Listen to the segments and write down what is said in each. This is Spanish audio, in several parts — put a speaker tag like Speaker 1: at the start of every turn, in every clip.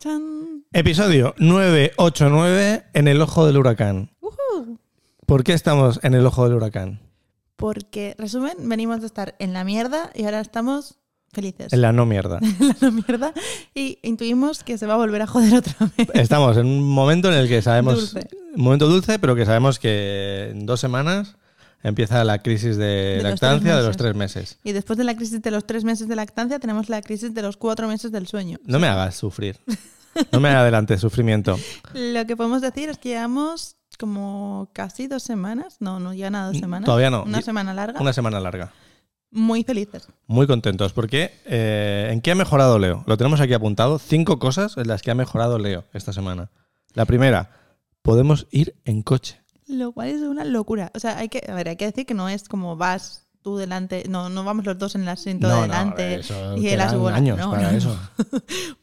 Speaker 1: Chan.
Speaker 2: Episodio 989 en el ojo del huracán.
Speaker 1: Ujú.
Speaker 2: ¿Por qué estamos en el ojo del huracán?
Speaker 1: Porque, resumen, venimos de estar en la mierda y ahora estamos felices.
Speaker 2: En la no mierda.
Speaker 1: en la mierda. Y intuimos que se va a volver a joder otra vez.
Speaker 2: Estamos en un momento en el que sabemos.
Speaker 1: Dulce.
Speaker 2: Un momento dulce, pero que sabemos que en dos semanas empieza la crisis de,
Speaker 1: los tres
Speaker 2: lactancia de los
Speaker 1: meses.
Speaker 2: tres meses.
Speaker 1: Y después de la crisis de los tres meses de lactancia, tenemos la crisis de los cuatro meses del sueño.
Speaker 2: No me hagas sufrir. No me adelantes sufrimiento.
Speaker 1: Lo que podemos decir es que llevamos como casi dos semanas. No, no llevan a dos semanas.
Speaker 2: Mm, Todavía no.
Speaker 1: Una
Speaker 2: Y-
Speaker 1: semana larga.
Speaker 2: Una semana larga.
Speaker 1: Muy felices.
Speaker 2: Muy contentos, porque eh, ¿en qué ha mejorado Leo? Lo tenemos aquí apuntado. Cinco cosas en las que ha mejorado Leo esta semana. La primera, podemos ir en coche.
Speaker 1: Lo cual es una locura. O sea, hay que, a ver, hay que decir que no es como vas tú delante, no, no vamos los dos en el asiento delante
Speaker 2: eso
Speaker 1: y él a su
Speaker 2: quedan
Speaker 1: bola.
Speaker 2: años
Speaker 1: No,
Speaker 2: para
Speaker 1: no,
Speaker 2: eso.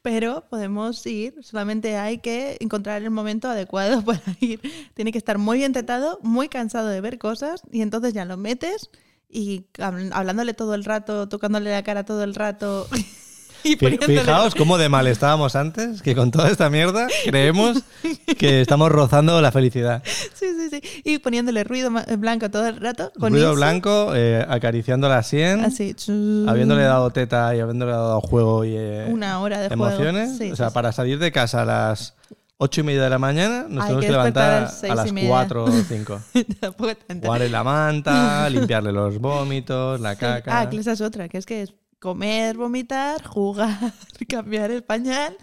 Speaker 1: Pero podemos ir, solamente hay que encontrar el momento adecuado para ir. Tiene que estar muy bien tratado, muy cansado de ver cosas y entonces ya lo metes y habl- hablándole todo el rato, tocándole la cara todo el rato. Y
Speaker 2: Fi-
Speaker 1: poniéndole-
Speaker 2: Fijaos cómo de mal estábamos antes, que con toda esta mierda creemos que estamos rozando la felicidad.
Speaker 1: Sí, sí, sí. Y poniéndole ruido ma- blanco todo el rato. Con
Speaker 2: Ruido
Speaker 1: eso,
Speaker 2: blanco, eh, acariciando la sien,
Speaker 1: Así. chu-
Speaker 2: habiéndole dado teta y habiéndole dado juego y eh,
Speaker 1: Una hora de juego.
Speaker 2: emociones.
Speaker 1: Sí,
Speaker 2: o sea,
Speaker 1: sí, sí.
Speaker 2: para salir de casa a las ocho y media de la mañana, nos
Speaker 1: Hay
Speaker 2: tenemos
Speaker 1: que
Speaker 2: que
Speaker 1: despertar a
Speaker 2: levantar
Speaker 1: las
Speaker 2: a,
Speaker 1: seis y
Speaker 2: las
Speaker 1: media.
Speaker 2: cuatro o cinco.
Speaker 1: Tampoco tanto.
Speaker 2: Jugar en la manta, limpiarle los vómitos, la
Speaker 1: Sí.
Speaker 2: caca.
Speaker 1: Ah, que esa es otra, que es que es comer, vomitar, jugar, cambiar el pañal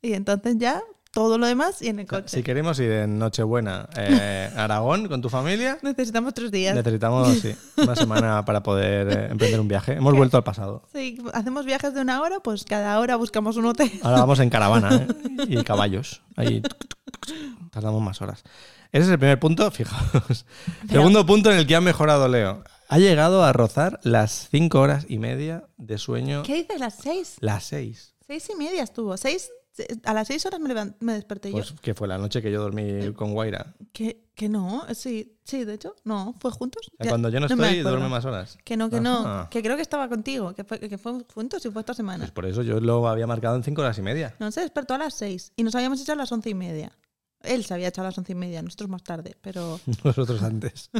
Speaker 1: y entonces ya todo lo demás y en el coche.
Speaker 2: si queremos ir en Nochebuena eh, a Aragón con tu familia,
Speaker 1: Necesitamos tres días.
Speaker 2: necesitamos sí, una semana para poder eh, emprender un viaje. Hemos vuelto al pasado.
Speaker 1: Si hacemos viajes de una hora, pues cada hora buscamos un hotel.
Speaker 2: Ahora vamos en caravana ¿eh? y caballos. Ahí tuc, tuc, tuc, tuc. tardamos más horas. Ese es el primer punto, fijaos. Segundo punto en el que ha mejorado Leo. Ha llegado a rozar las cinco horas y media de sueño,
Speaker 1: ¿Qué dices? Las seis.
Speaker 2: las seis.
Speaker 1: Seis y media estuvo. Seis, se- a las seis horas me, levan- me desperté
Speaker 2: Pues
Speaker 1: yo.
Speaker 2: que fue la noche que yo dormí con Guaira.
Speaker 1: Que, que no, sí, sí, de hecho, no, fue juntos.
Speaker 2: O sea,
Speaker 1: Ya,
Speaker 2: cuando yo no
Speaker 1: me
Speaker 2: estoy,
Speaker 1: acuerdo.
Speaker 2: duerme más horas.
Speaker 1: Que no, que no,
Speaker 2: Ajá.
Speaker 1: que creo que estaba contigo, que fue, que fue juntos y fue esta semana.
Speaker 2: Pues por eso yo lo había marcado en cinco horas y media.
Speaker 1: No, se despertó a las 6 y nos habíamos hecho a las once y media. Él se había hecho a las once y media, nosotros más tarde, pero...
Speaker 2: Nosotros antes.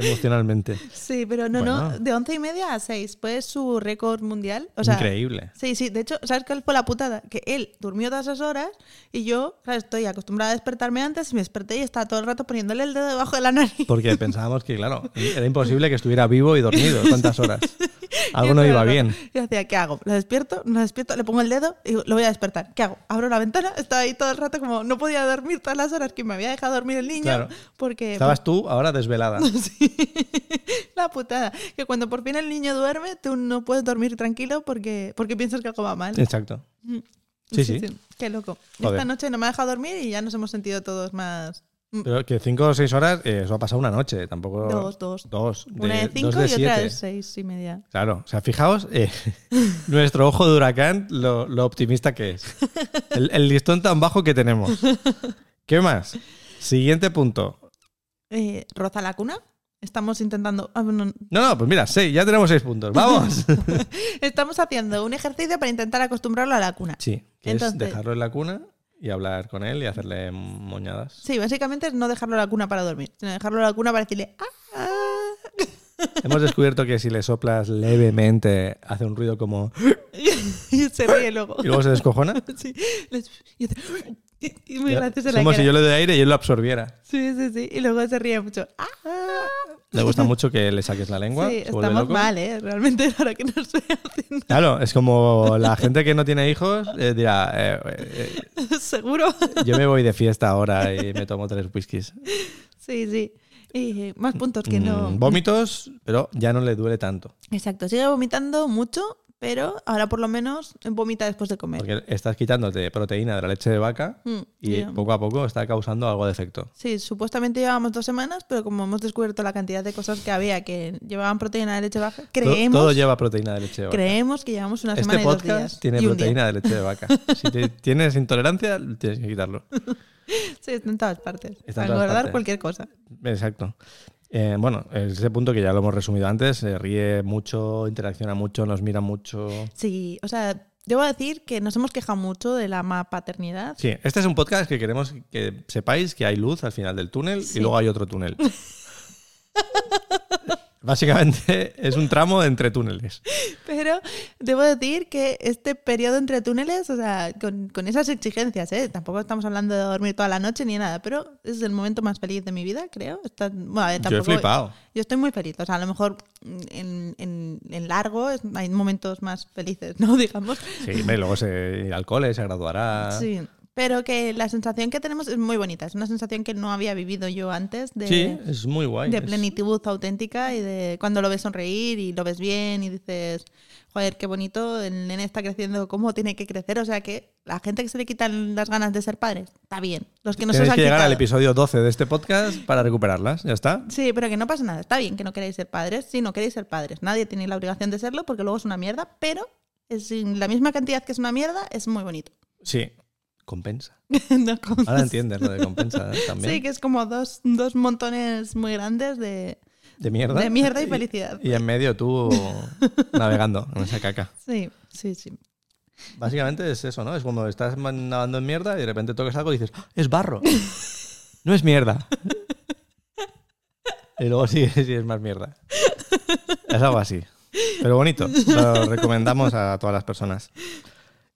Speaker 2: Emocionalmente.
Speaker 1: Sí, pero no,
Speaker 2: Bueno.
Speaker 1: no, de once y media a 6 fue su récord mundial. O sea,
Speaker 2: Increíble.
Speaker 1: Sí, sí, de hecho, ¿sabes cuál fue la putada? Que él durmió todas esas horas y yo, claro, estoy acostumbrada a despertarme antes y me desperté y estaba todo el rato poniéndole el dedo debajo de la nariz.
Speaker 2: Porque pensábamos que, claro, era imposible que estuviera vivo y dormido. ¿Cuántas horas? Algo no
Speaker 1: Y
Speaker 2: iba
Speaker 1: todo el
Speaker 2: bien.
Speaker 1: rato. Y decía, ¿qué hago? ¿Lo despierto? ¿No lo despierto? Le pongo el dedo y digo, lo voy a despertar. ¿Qué hago? ¿Abro la ventana? Estaba ahí todo el rato como no podía dormir todas las horas que me había dejado dormir el niño
Speaker 2: Claro.
Speaker 1: porque...
Speaker 2: Estabas tú ahora desvelada.
Speaker 1: Sí. La putada. Que cuando por fin el niño duerme, tú no puedes dormir tranquilo porque, porque piensas que algo va mal.
Speaker 2: Exacto.
Speaker 1: Mm.
Speaker 2: Sí, sí.
Speaker 1: Qué loco.
Speaker 2: Joder.
Speaker 1: Esta noche no me ha dejado dormir y ya nos hemos sentido todos más. Mm.
Speaker 2: Pero que cinco o seis horas, eh, eso ha pasado una noche, tampoco.
Speaker 1: Dos, dos.
Speaker 2: Dos. de-
Speaker 1: Una de
Speaker 2: dos
Speaker 1: cinco
Speaker 2: de
Speaker 1: y otra
Speaker 2: siete.
Speaker 1: de seis y media.
Speaker 2: Claro, o sea, fijaos, eh, nuestro ojo de huracán, lo, lo optimista que es. El, el listón tan bajo que tenemos. ¿Qué más? Siguiente punto.
Speaker 1: Eh, Roza la cuna. Estamos intentando. ah, bueno,
Speaker 2: No, no, pues mira, seis, ya tenemos seis puntos. ¡Vamos!
Speaker 1: Estamos haciendo un ejercicio para intentar acostumbrarlo a la cuna.
Speaker 2: Sí, que es
Speaker 1: Entonces-
Speaker 2: dejarlo en la cuna y hablar con él y hacerle moñadas.
Speaker 1: Sí, básicamente es no dejarlo a la cuna para dormir, sino dejarlo a la cuna para decirle. "Ah, ah".
Speaker 2: Hemos descubierto que si le soplas levemente hace un ruido como...
Speaker 1: Y se ríe luego.
Speaker 2: y luego se descojona.
Speaker 1: Sí. Les- Y, hace- y- y muy
Speaker 2: Ya,
Speaker 1: gracioso la
Speaker 2: Es como si
Speaker 1: cara.
Speaker 2: yo le doy aire y él lo absorbiera.
Speaker 1: Sí, sí, sí. Y luego se ríe mucho. ¡Ah!
Speaker 2: Le gusta mucho que le saques la lengua.
Speaker 1: Sí,
Speaker 2: se vuelve
Speaker 1: estamos
Speaker 2: loco.
Speaker 1: mal, ¿eh? Realmente ahora que no estoy haciendo
Speaker 2: Claro, es como la gente que no tiene hijos eh, dirá, eh, eh,
Speaker 1: seguro.
Speaker 2: eh, yo me voy de fiesta ahora y me tomo tres whiskies.
Speaker 1: Sí, sí. Y eh, más puntos que no.
Speaker 2: Mm, Vómitos, pero ya no le duele tanto.
Speaker 1: Exacto. Sigue vomitando mucho, pero ahora por lo menos vomita después de comer.
Speaker 2: Porque estás quitándote proteína de la leche de vaca
Speaker 1: Mm,
Speaker 2: y
Speaker 1: ya.
Speaker 2: poco a poco está causando algo de efecto.
Speaker 1: Sí, supuestamente llevábamos dos semanas, pero como hemos descubierto la cantidad de cosas que había que llevaban proteína de leche baja,
Speaker 2: Todo-
Speaker 1: creemos,
Speaker 2: Todo lleva proteína de leche de vaca.
Speaker 1: creemos que llevamos una
Speaker 2: Este
Speaker 1: semana y dos
Speaker 2: podcast
Speaker 1: días.
Speaker 2: tiene
Speaker 1: y un día.
Speaker 2: proteína de leche de vaca. Si te- tienes intolerancia, tienes que quitarlo.
Speaker 1: Sí, está en todas partes.
Speaker 2: Está
Speaker 1: Para
Speaker 2: en todas
Speaker 1: engordar
Speaker 2: partes.
Speaker 1: cualquier cosa.
Speaker 2: Exacto. Eh, bueno, ese punto que ya lo hemos resumido antes, se ríe mucho, interacciona mucho, nos mira mucho.
Speaker 1: Sí, o sea, Debo decir que nos hemos quejado mucho de la ma- paternidad.
Speaker 2: Sí, este es un podcast que queremos que sepáis que hay luz al final del túnel
Speaker 1: Sí.
Speaker 2: y luego hay otro túnel. Básicamente es un tramo entre túneles.
Speaker 1: Eh, Pero debo decir que este periodo entre túneles, o sea, con, con esas exigencias, ¿eh? tampoco estamos hablando de dormir toda la noche ni nada, pero es el momento más feliz de mi vida, creo. Está- bueno, a ver,
Speaker 2: Yo he
Speaker 1: tampoco-
Speaker 2: flipado.
Speaker 1: Yo estoy muy feliz, o sea, a lo mejor mm, en, en- en largo es- hay momentos más felices, ¿no? Digamos.
Speaker 2: Sí, hombre, luego se irá al cole, se graduará.
Speaker 1: Sí. Pero que la sensación que tenemos es muy bonita, es una sensación que no había vivido yo antes de,
Speaker 2: Sí, es muy guay.
Speaker 1: de
Speaker 2: es-
Speaker 1: plenitud auténtica y de cuando lo ves sonreír y lo ves bien y dices, joder, qué bonito, el nene está creciendo como tiene que crecer. O sea que la gente que se le quitan las ganas de ser padres, está bien. Los que no se
Speaker 2: Tenéis
Speaker 1: os han
Speaker 2: que llegar
Speaker 1: quitado.
Speaker 2: al episodio 12 de este podcast para recuperarlas, ya está.
Speaker 1: Sí, pero que no pasa nada. Está bien que no queréis ser padres. Si no queréis ser padres, nadie tiene la obligación de serlo porque luego es una mierda, pero es la misma cantidad que es una mierda es muy bonito.
Speaker 2: Sí, compensa.
Speaker 1: No como-
Speaker 2: Ahora entiendes lo de compensa ¿eh? también.
Speaker 1: sí, que es como dos, dos montones muy grandes de...
Speaker 2: de mierda.
Speaker 1: de mierda y felicidad.
Speaker 2: Y en medio tú navegando en esa caca.
Speaker 1: Sí, sí, sí.
Speaker 2: Básicamente es eso, ¿no? Es cuando estás man- nadando en mierda y de repente tocas algo y dices, "¡Ah! es barro. No es mierda. Y luego sí, sí es más mierda. Es algo así. Pero bonito. Lo recomendamos a todas las personas.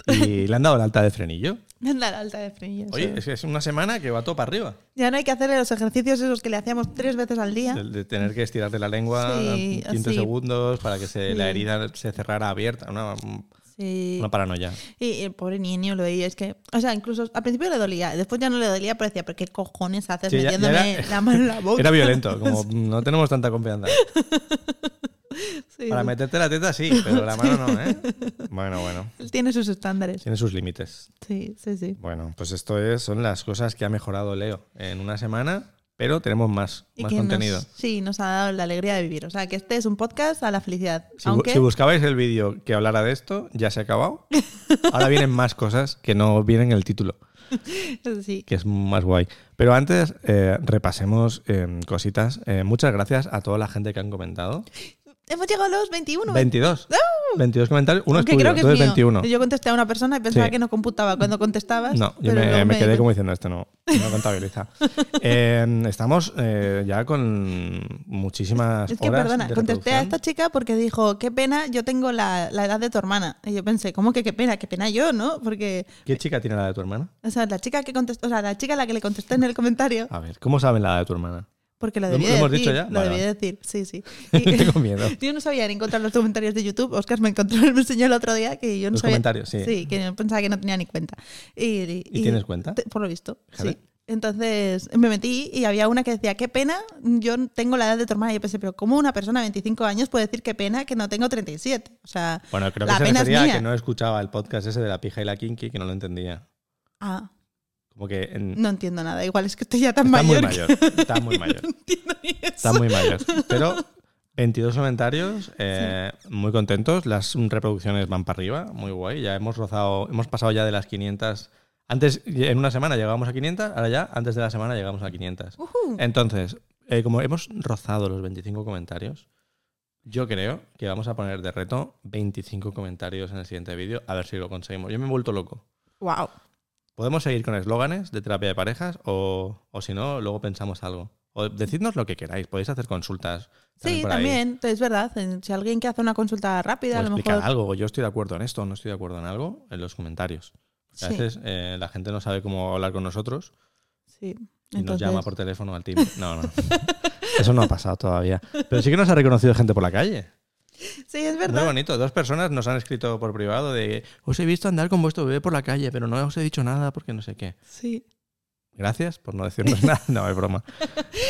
Speaker 2: Y le han dado el alta de frenillo.
Speaker 1: Me da la alta de frío.
Speaker 2: Oye, es que es una semana que va todo para arriba.
Speaker 1: Ya no hay que hacer los ejercicios esos que le hacíamos tres veces al día.
Speaker 2: De, de tener que estirarte la lengua
Speaker 1: Sí,
Speaker 2: 15
Speaker 1: así.
Speaker 2: segundos para que se, la
Speaker 1: Sí.
Speaker 2: herida se cerrara abierta. Una, una
Speaker 1: Sí.
Speaker 2: paranoia.
Speaker 1: Y, y el pobre niño lo veía, es que, o sea, incluso al principio le dolía, después ya no le dolía, pero decía, ¿pero qué cojones haces
Speaker 2: Sí, ya- ya
Speaker 1: metiéndome
Speaker 2: era-
Speaker 1: la mano en la boca?
Speaker 2: Era violento, como no tenemos tanta confianza.
Speaker 1: Sí,
Speaker 2: Para
Speaker 1: sí.
Speaker 2: meterte la teta sí, pero la mano no, ¿eh? Bueno, bueno.
Speaker 1: Él tiene sus estándares.
Speaker 2: Tiene sus límites.
Speaker 1: Sí, sí, sí.
Speaker 2: Bueno, pues esto es, son las cosas que ha mejorado Leo en una semana, pero tenemos más,
Speaker 1: Y
Speaker 2: más
Speaker 1: que nos-
Speaker 2: contenido.
Speaker 1: sí, nos ha dado la alegría de vivir. O sea, que este es un podcast a la felicidad.
Speaker 2: Si, bu-
Speaker 1: aunque
Speaker 2: si buscabais el vídeo que hablara de esto, ya se ha acabado. Ahora vienen más cosas que no vienen en el título,
Speaker 1: sí.
Speaker 2: que es más guay. Pero antes, eh, repasemos eh, cositas. Eh, muchas gracias a toda la gente que han comentado.
Speaker 1: Hemos llegado a los 21.
Speaker 2: 22. 22 comentarios, uno es
Speaker 1: Aunque
Speaker 2: tuyo,
Speaker 1: creo que es
Speaker 2: entonces
Speaker 1: mío.
Speaker 2: 21.
Speaker 1: Yo contesté a una persona y pensaba
Speaker 2: Sí.
Speaker 1: que no computaba cuando contestabas.
Speaker 2: No, yo
Speaker 1: pero
Speaker 2: me,
Speaker 1: luego
Speaker 2: me quedé
Speaker 1: di
Speaker 2: como diciendo esto, no, no contabiliza. Eh, estamos eh, ya con muchísimas
Speaker 1: Es que,
Speaker 2: horas
Speaker 1: perdona,
Speaker 2: de
Speaker 1: contesté a
Speaker 2: reproducción.
Speaker 1: esta chica porque dijo, qué pena, yo tengo la, la edad de tu hermana. Y yo pensé, ¿cómo que qué pena? ¿Qué pena yo, no? Porque,
Speaker 2: ¿Qué chica tiene la edad de tu hermana?
Speaker 1: o sea, la chica que contestó, o sea, la chica a la que le contesté en el comentario,
Speaker 2: A ver, ¿cómo saben la edad de tu hermana?
Speaker 1: porque lo
Speaker 2: ¿Lo-
Speaker 1: debí
Speaker 2: lo hemos
Speaker 1: decir.
Speaker 2: dicho ya?
Speaker 1: Lo
Speaker 2: Vale,
Speaker 1: debí
Speaker 2: vale.
Speaker 1: decir, sí, sí. Y-
Speaker 2: Tengo miedo.
Speaker 1: Yo no sabía ni encontrar los comentarios de YouTube. Oscar me encontró, me enseñó el otro día que yo no
Speaker 2: Los
Speaker 1: sabía.
Speaker 2: comentarios, sí.
Speaker 1: que yo pensaba que no tenía ni cuenta. ¿Y, y-
Speaker 2: ¿Y
Speaker 1: y-
Speaker 2: tienes cuenta?
Speaker 1: te- por lo visto,
Speaker 2: Fíjate.
Speaker 1: sí. Entonces me metí y había una que decía, qué pena, yo tengo la edad de tu hermana. Y yo pensé, pero ¿cómo una persona de 25 años puede decir qué pena que no tengo 37? O sea,
Speaker 2: Bueno, creo
Speaker 1: La
Speaker 2: que se
Speaker 1: pena es
Speaker 2: refería a
Speaker 1: mía.
Speaker 2: que no escuchaba el podcast ese de la pija y la kinky, que no lo entendía.
Speaker 1: ah,
Speaker 2: Como que en-
Speaker 1: no entiendo nada. Igual es que estoy ya tan
Speaker 2: está
Speaker 1: mayor.
Speaker 2: muy mayor, está muy mayor,
Speaker 1: que no entiendo ni eso.
Speaker 2: está muy mayor. Pero 22 comentarios, eh, muy contentos, las reproducciones van para arriba, muy guay. Ya hemos rozado, hemos pasado ya de las 500. Antes, en una semana llegábamos a 500, ahora ya, antes de la semana llegamos a 500.
Speaker 1: Ujú.
Speaker 2: Entonces, eh, como hemos rozado los 25 comentarios, yo creo que vamos a poner de reto 25 comentarios en el siguiente vídeo, a ver si lo conseguimos. Yo me he vuelto loco.
Speaker 1: Wow.
Speaker 2: ¿Podemos seguir con eslóganes de terapia de parejas o, o si no, luego pensamos algo? O decidnos lo que queráis, podéis hacer consultas.
Speaker 1: Sí,
Speaker 2: por ahí,
Speaker 1: también, es verdad. Si alguien que hace una consulta rápida,
Speaker 2: o
Speaker 1: a lo
Speaker 2: explicar
Speaker 1: mejor...
Speaker 2: algo, o yo estoy de acuerdo en esto, o no estoy de acuerdo en algo, en los comentarios. Porque A
Speaker 1: Sí.
Speaker 2: veces eh, la gente no sabe cómo hablar con nosotros
Speaker 1: Sí.
Speaker 2: Y nos
Speaker 1: Entonces-
Speaker 2: llama por teléfono al timbre. No, no. Eso no ha pasado todavía. Pero sí que nos ha reconocido gente por la calle.
Speaker 1: Sí, es
Speaker 2: Muy
Speaker 1: verdad.
Speaker 2: bonito. Dos personas nos han escrito por privado de os he visto andar con vuestro bebé por la calle, pero no os he dicho nada porque no sé qué.
Speaker 1: Sí.
Speaker 2: Gracias por no decirnos nada. No, es broma.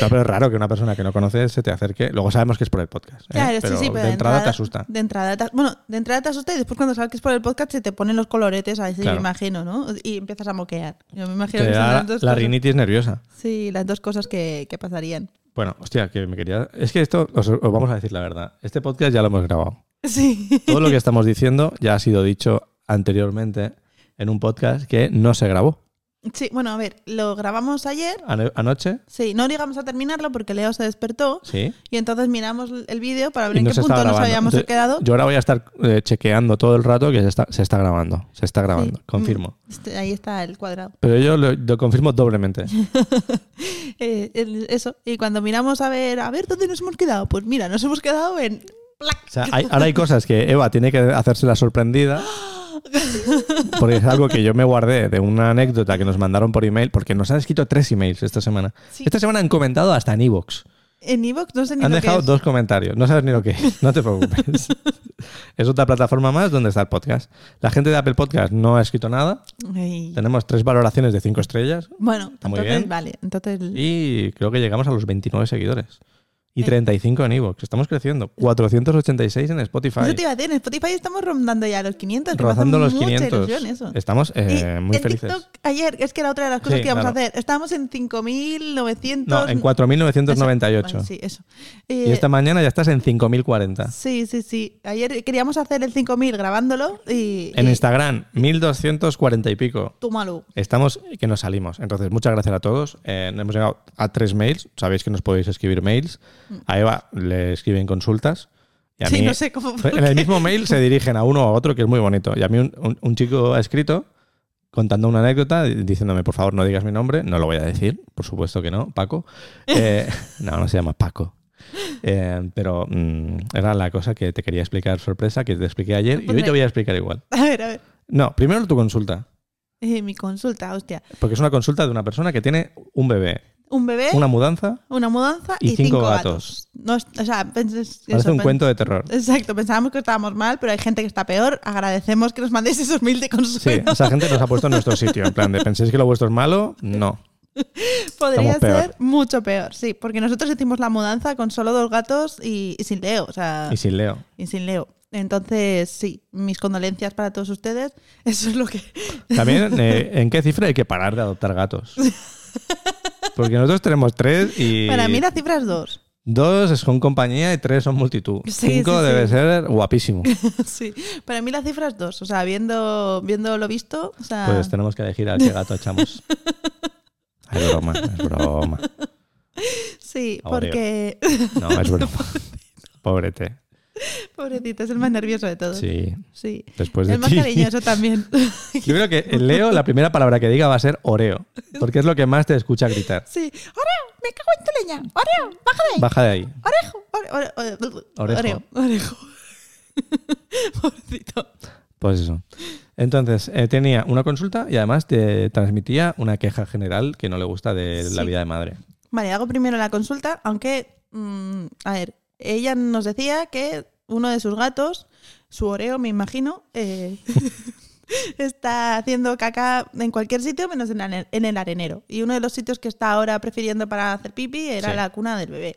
Speaker 2: No, pero es raro que una persona que no conoces se te acerque. Luego sabemos que es por el podcast. ¿eh?
Speaker 1: Claro, sí, sí, pero
Speaker 2: de entrada te asusta.
Speaker 1: De entrada te, bueno, de entrada te asusta y después cuando sabes que es por el podcast se te ponen los coloretes, a veces
Speaker 2: Claro.
Speaker 1: me imagino, ¿no? Y empiezas a moquear. Yo me imagino
Speaker 2: Te
Speaker 1: que son
Speaker 2: da
Speaker 1: las dos pues
Speaker 2: la
Speaker 1: cosas.
Speaker 2: rinitis nerviosa.
Speaker 1: Sí, las dos cosas que, que pasarían.
Speaker 2: Bueno, hostia, que me quería. Es que esto, os, os vamos a decir la verdad. Este podcast ya lo hemos grabado.
Speaker 1: Sí.
Speaker 2: todo lo que estamos diciendo ya ha sido dicho anteriormente en un podcast que no se grabó.
Speaker 1: Sí, bueno, a ver, lo grabamos ayer.
Speaker 2: Ano- ¿Anoche?
Speaker 1: Sí, no llegamos a terminarlo porque Leo se despertó.
Speaker 2: Sí.
Speaker 1: Y entonces miramos el vídeo para ver
Speaker 2: Y
Speaker 1: en
Speaker 2: no
Speaker 1: qué
Speaker 2: se
Speaker 1: punto
Speaker 2: estaba
Speaker 1: nos
Speaker 2: grabando.
Speaker 1: habíamos
Speaker 2: Entonces,
Speaker 1: quedado.
Speaker 2: Yo ahora voy a estar eh, chequeando todo el rato que se está, se está grabando. Se está grabando,
Speaker 1: Sí.
Speaker 2: confirmo.
Speaker 1: Mm, este, Ahí está el cuadrado.
Speaker 2: Pero yo lo, lo confirmo doblemente.
Speaker 1: Eh, el- eso. Y cuando miramos a ver, a ver, ¿dónde nos hemos quedado? Pues mira, nos hemos quedado en.
Speaker 2: O sea, hay- ahora hay cosas que Eva tiene que hacerse la sorprendida. Porque es algo que yo me guardé de una anécdota que nos mandaron por email, porque nos han escrito tres emails esta semana.
Speaker 1: Sí.
Speaker 2: Esta semana han comentado hasta en Evox.
Speaker 1: En Evox no sé ni
Speaker 2: Han
Speaker 1: lo que
Speaker 2: dejado
Speaker 1: es.
Speaker 2: dos comentarios. No sabes ni lo que es. No te preocupes. es otra plataforma más donde está el podcast. La gente de Apple Podcast no ha escrito nada.
Speaker 1: Ay.
Speaker 2: Tenemos tres valoraciones de cinco estrellas.
Speaker 1: Bueno,
Speaker 2: Está muy
Speaker 1: entonces,
Speaker 2: bien.
Speaker 1: vale. Entonces,
Speaker 2: Y creo que llegamos a los 29 seguidores. Y 35 en Evox. Estamos creciendo. 486 en Spotify.
Speaker 1: eso te iba a decir. En Spotify estamos rondando ya los 500. que me hace
Speaker 2: rozando los
Speaker 1: mucha
Speaker 2: 500.
Speaker 1: ilusión eso.
Speaker 2: Estamos
Speaker 1: Y
Speaker 2: eh, muy
Speaker 1: en
Speaker 2: felices.
Speaker 1: TikTok ayer, que es que era otra de las cosas
Speaker 2: Sí,
Speaker 1: que íbamos
Speaker 2: claro.
Speaker 1: a hacer. Estábamos en 5.900.
Speaker 2: No, en
Speaker 1: Eso.
Speaker 2: 4.998.
Speaker 1: Vale, sí, eso.
Speaker 2: Y
Speaker 1: Eh,
Speaker 2: esta mañana ya estás en 5.040.
Speaker 1: Sí, sí, sí. Ayer queríamos hacer el 5.000 grabándolo y...
Speaker 2: En
Speaker 1: y-
Speaker 2: Instagram, 1.240 y pico.
Speaker 1: Tómalo.
Speaker 2: Estamos que nos salimos. Entonces, muchas gracias a todos. Eh, hemos llegado a tres mails. Sabéis que nos podéis escribir mails. A Eva le escriben consultas. Y a
Speaker 1: Mm. Sí,
Speaker 2: mí-
Speaker 1: no sé cómo... por
Speaker 2: En el
Speaker 1: qué.
Speaker 2: mismo mail se dirigen a uno o a otro, que es muy bonito. Y a mí un, un- un chico ha escrito contando una anécdota, di- diciéndome, por favor, no digas mi nombre. No lo voy a decir, por supuesto que no, Paco. Eh, no, no se llama Paco. Eh, pero mm, era la cosa que te quería explicar sorpresa, que te expliqué ayer y hoy te voy a explicar igual.
Speaker 1: A ver, a ver.
Speaker 2: No, primero tu consulta,
Speaker 1: Eh, mi consulta, hostia.
Speaker 2: porque es una consulta de una persona que tiene un bebé,
Speaker 1: Un bebé, una,
Speaker 2: una mudanza,
Speaker 1: mudanza y,
Speaker 2: y cinco gatos.
Speaker 1: No, es- o sea, pens- es-
Speaker 2: parece
Speaker 1: eso,
Speaker 2: un
Speaker 1: pen-
Speaker 2: cuento de terror.
Speaker 1: Exacto, pensábamos que estábamos mal, pero hay gente que está peor. Agradecemos que nos mandéis esos mil de
Speaker 2: Sí,
Speaker 1: consuelo.
Speaker 2: esa gente nos ha puesto en nuestro sitio, en plan de, ¿pensáis que lo vuestro es malo? No.
Speaker 1: Podría
Speaker 2: estamos peor.
Speaker 1: ser mucho peor, sí, porque nosotros hicimos la mudanza con solo dos gatos y, y sin Leo, o sea,
Speaker 2: Y sin Leo.
Speaker 1: y sin Leo. Entonces, sí, mis condolencias para todos ustedes. Eso es lo que
Speaker 2: También, eh, ¿en qué cifra hay que parar de adoptar gatos? Porque nosotros tenemos tres y
Speaker 1: Para mí la cifra es dos.
Speaker 2: dos son compañía y tres son multitud.
Speaker 1: Sí,
Speaker 2: Cinco
Speaker 1: sí,
Speaker 2: debe
Speaker 1: sí.
Speaker 2: ser guapísimo.
Speaker 1: sí. Para mí la cifra es dos. O sea, viendo, viendo lo visto, o sea,
Speaker 2: Pues tenemos que elegir a qué gato echamos. Es broma, es broma.
Speaker 1: sí,
Speaker 2: Ahora
Speaker 1: porque
Speaker 2: No, es broma. Pobrete.
Speaker 1: pobrecito es el más nervioso de todos. Sí.
Speaker 2: Sí, después de
Speaker 1: El más
Speaker 2: ti.
Speaker 1: cariñoso también.
Speaker 2: Yo creo que el Leo, la primera palabra que diga va a ser oreo. Porque es lo que más te escucha gritar.
Speaker 1: sí. Oreo, me cago en tu leña. Oreo, baja de ahí.
Speaker 2: Baja de ahí.
Speaker 1: Orejo, ore- ore- ore-
Speaker 2: Orejo.
Speaker 1: Oreo, orejo. Pobrecito.
Speaker 2: Pues eso. Entonces, eh, tenía una consulta y además te transmitía una queja general que no le gusta de la
Speaker 1: Sí.
Speaker 2: vida de madre.
Speaker 1: Vale, hago primero la consulta, aunque, mm, a ver, ella nos decía que uno de sus gatos, su oreo me imagino, eh, está haciendo caca en cualquier sitio menos en, ane- en el arenero. Y uno de los sitios que está ahora prefiriendo para hacer pipi era
Speaker 2: Sí.
Speaker 1: la cuna del bebé.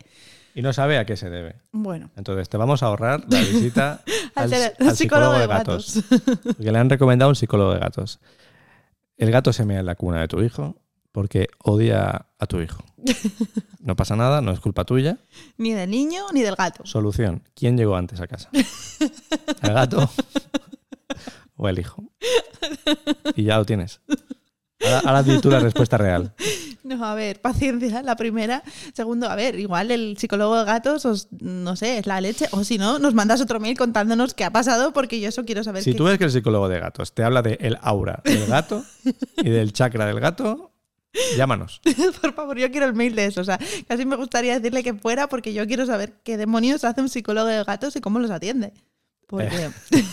Speaker 2: Y no sabe a qué se debe.
Speaker 1: Bueno,
Speaker 2: Entonces, te vamos a ahorrar la visita al,
Speaker 1: al, ser-
Speaker 2: al
Speaker 1: al psicólogo de gatos.
Speaker 2: Porque le han recomendado un psicólogo de gatos. El gato se mea en la cuna de tu hijo porque odia a tu hijo. No pasa nada, no es culpa tuya.
Speaker 1: Ni del niño ni del gato.
Speaker 2: Solución. ¿Quién llegó antes a casa? ¿El gato o el hijo? Y ya lo tienes. Ahora, ahora di tú la respuesta real.
Speaker 1: No, a ver, paciencia, la primera. Segundo, a ver, igual el psicólogo de gatos, os- no sé, es la leche. O si no, nos mandas otro mail contándonos qué ha pasado, porque yo eso quiero saber.
Speaker 2: Si
Speaker 1: qué-
Speaker 2: tú ves que el psicólogo de gatos te habla del el aura del gato y del chakra del gato, llámanos.
Speaker 1: Por favor, yo quiero el mail de eso. O sea, casi me gustaría decirle que fuera, porque yo quiero saber qué demonios hace un psicólogo de gatos y cómo los atiende. Porque.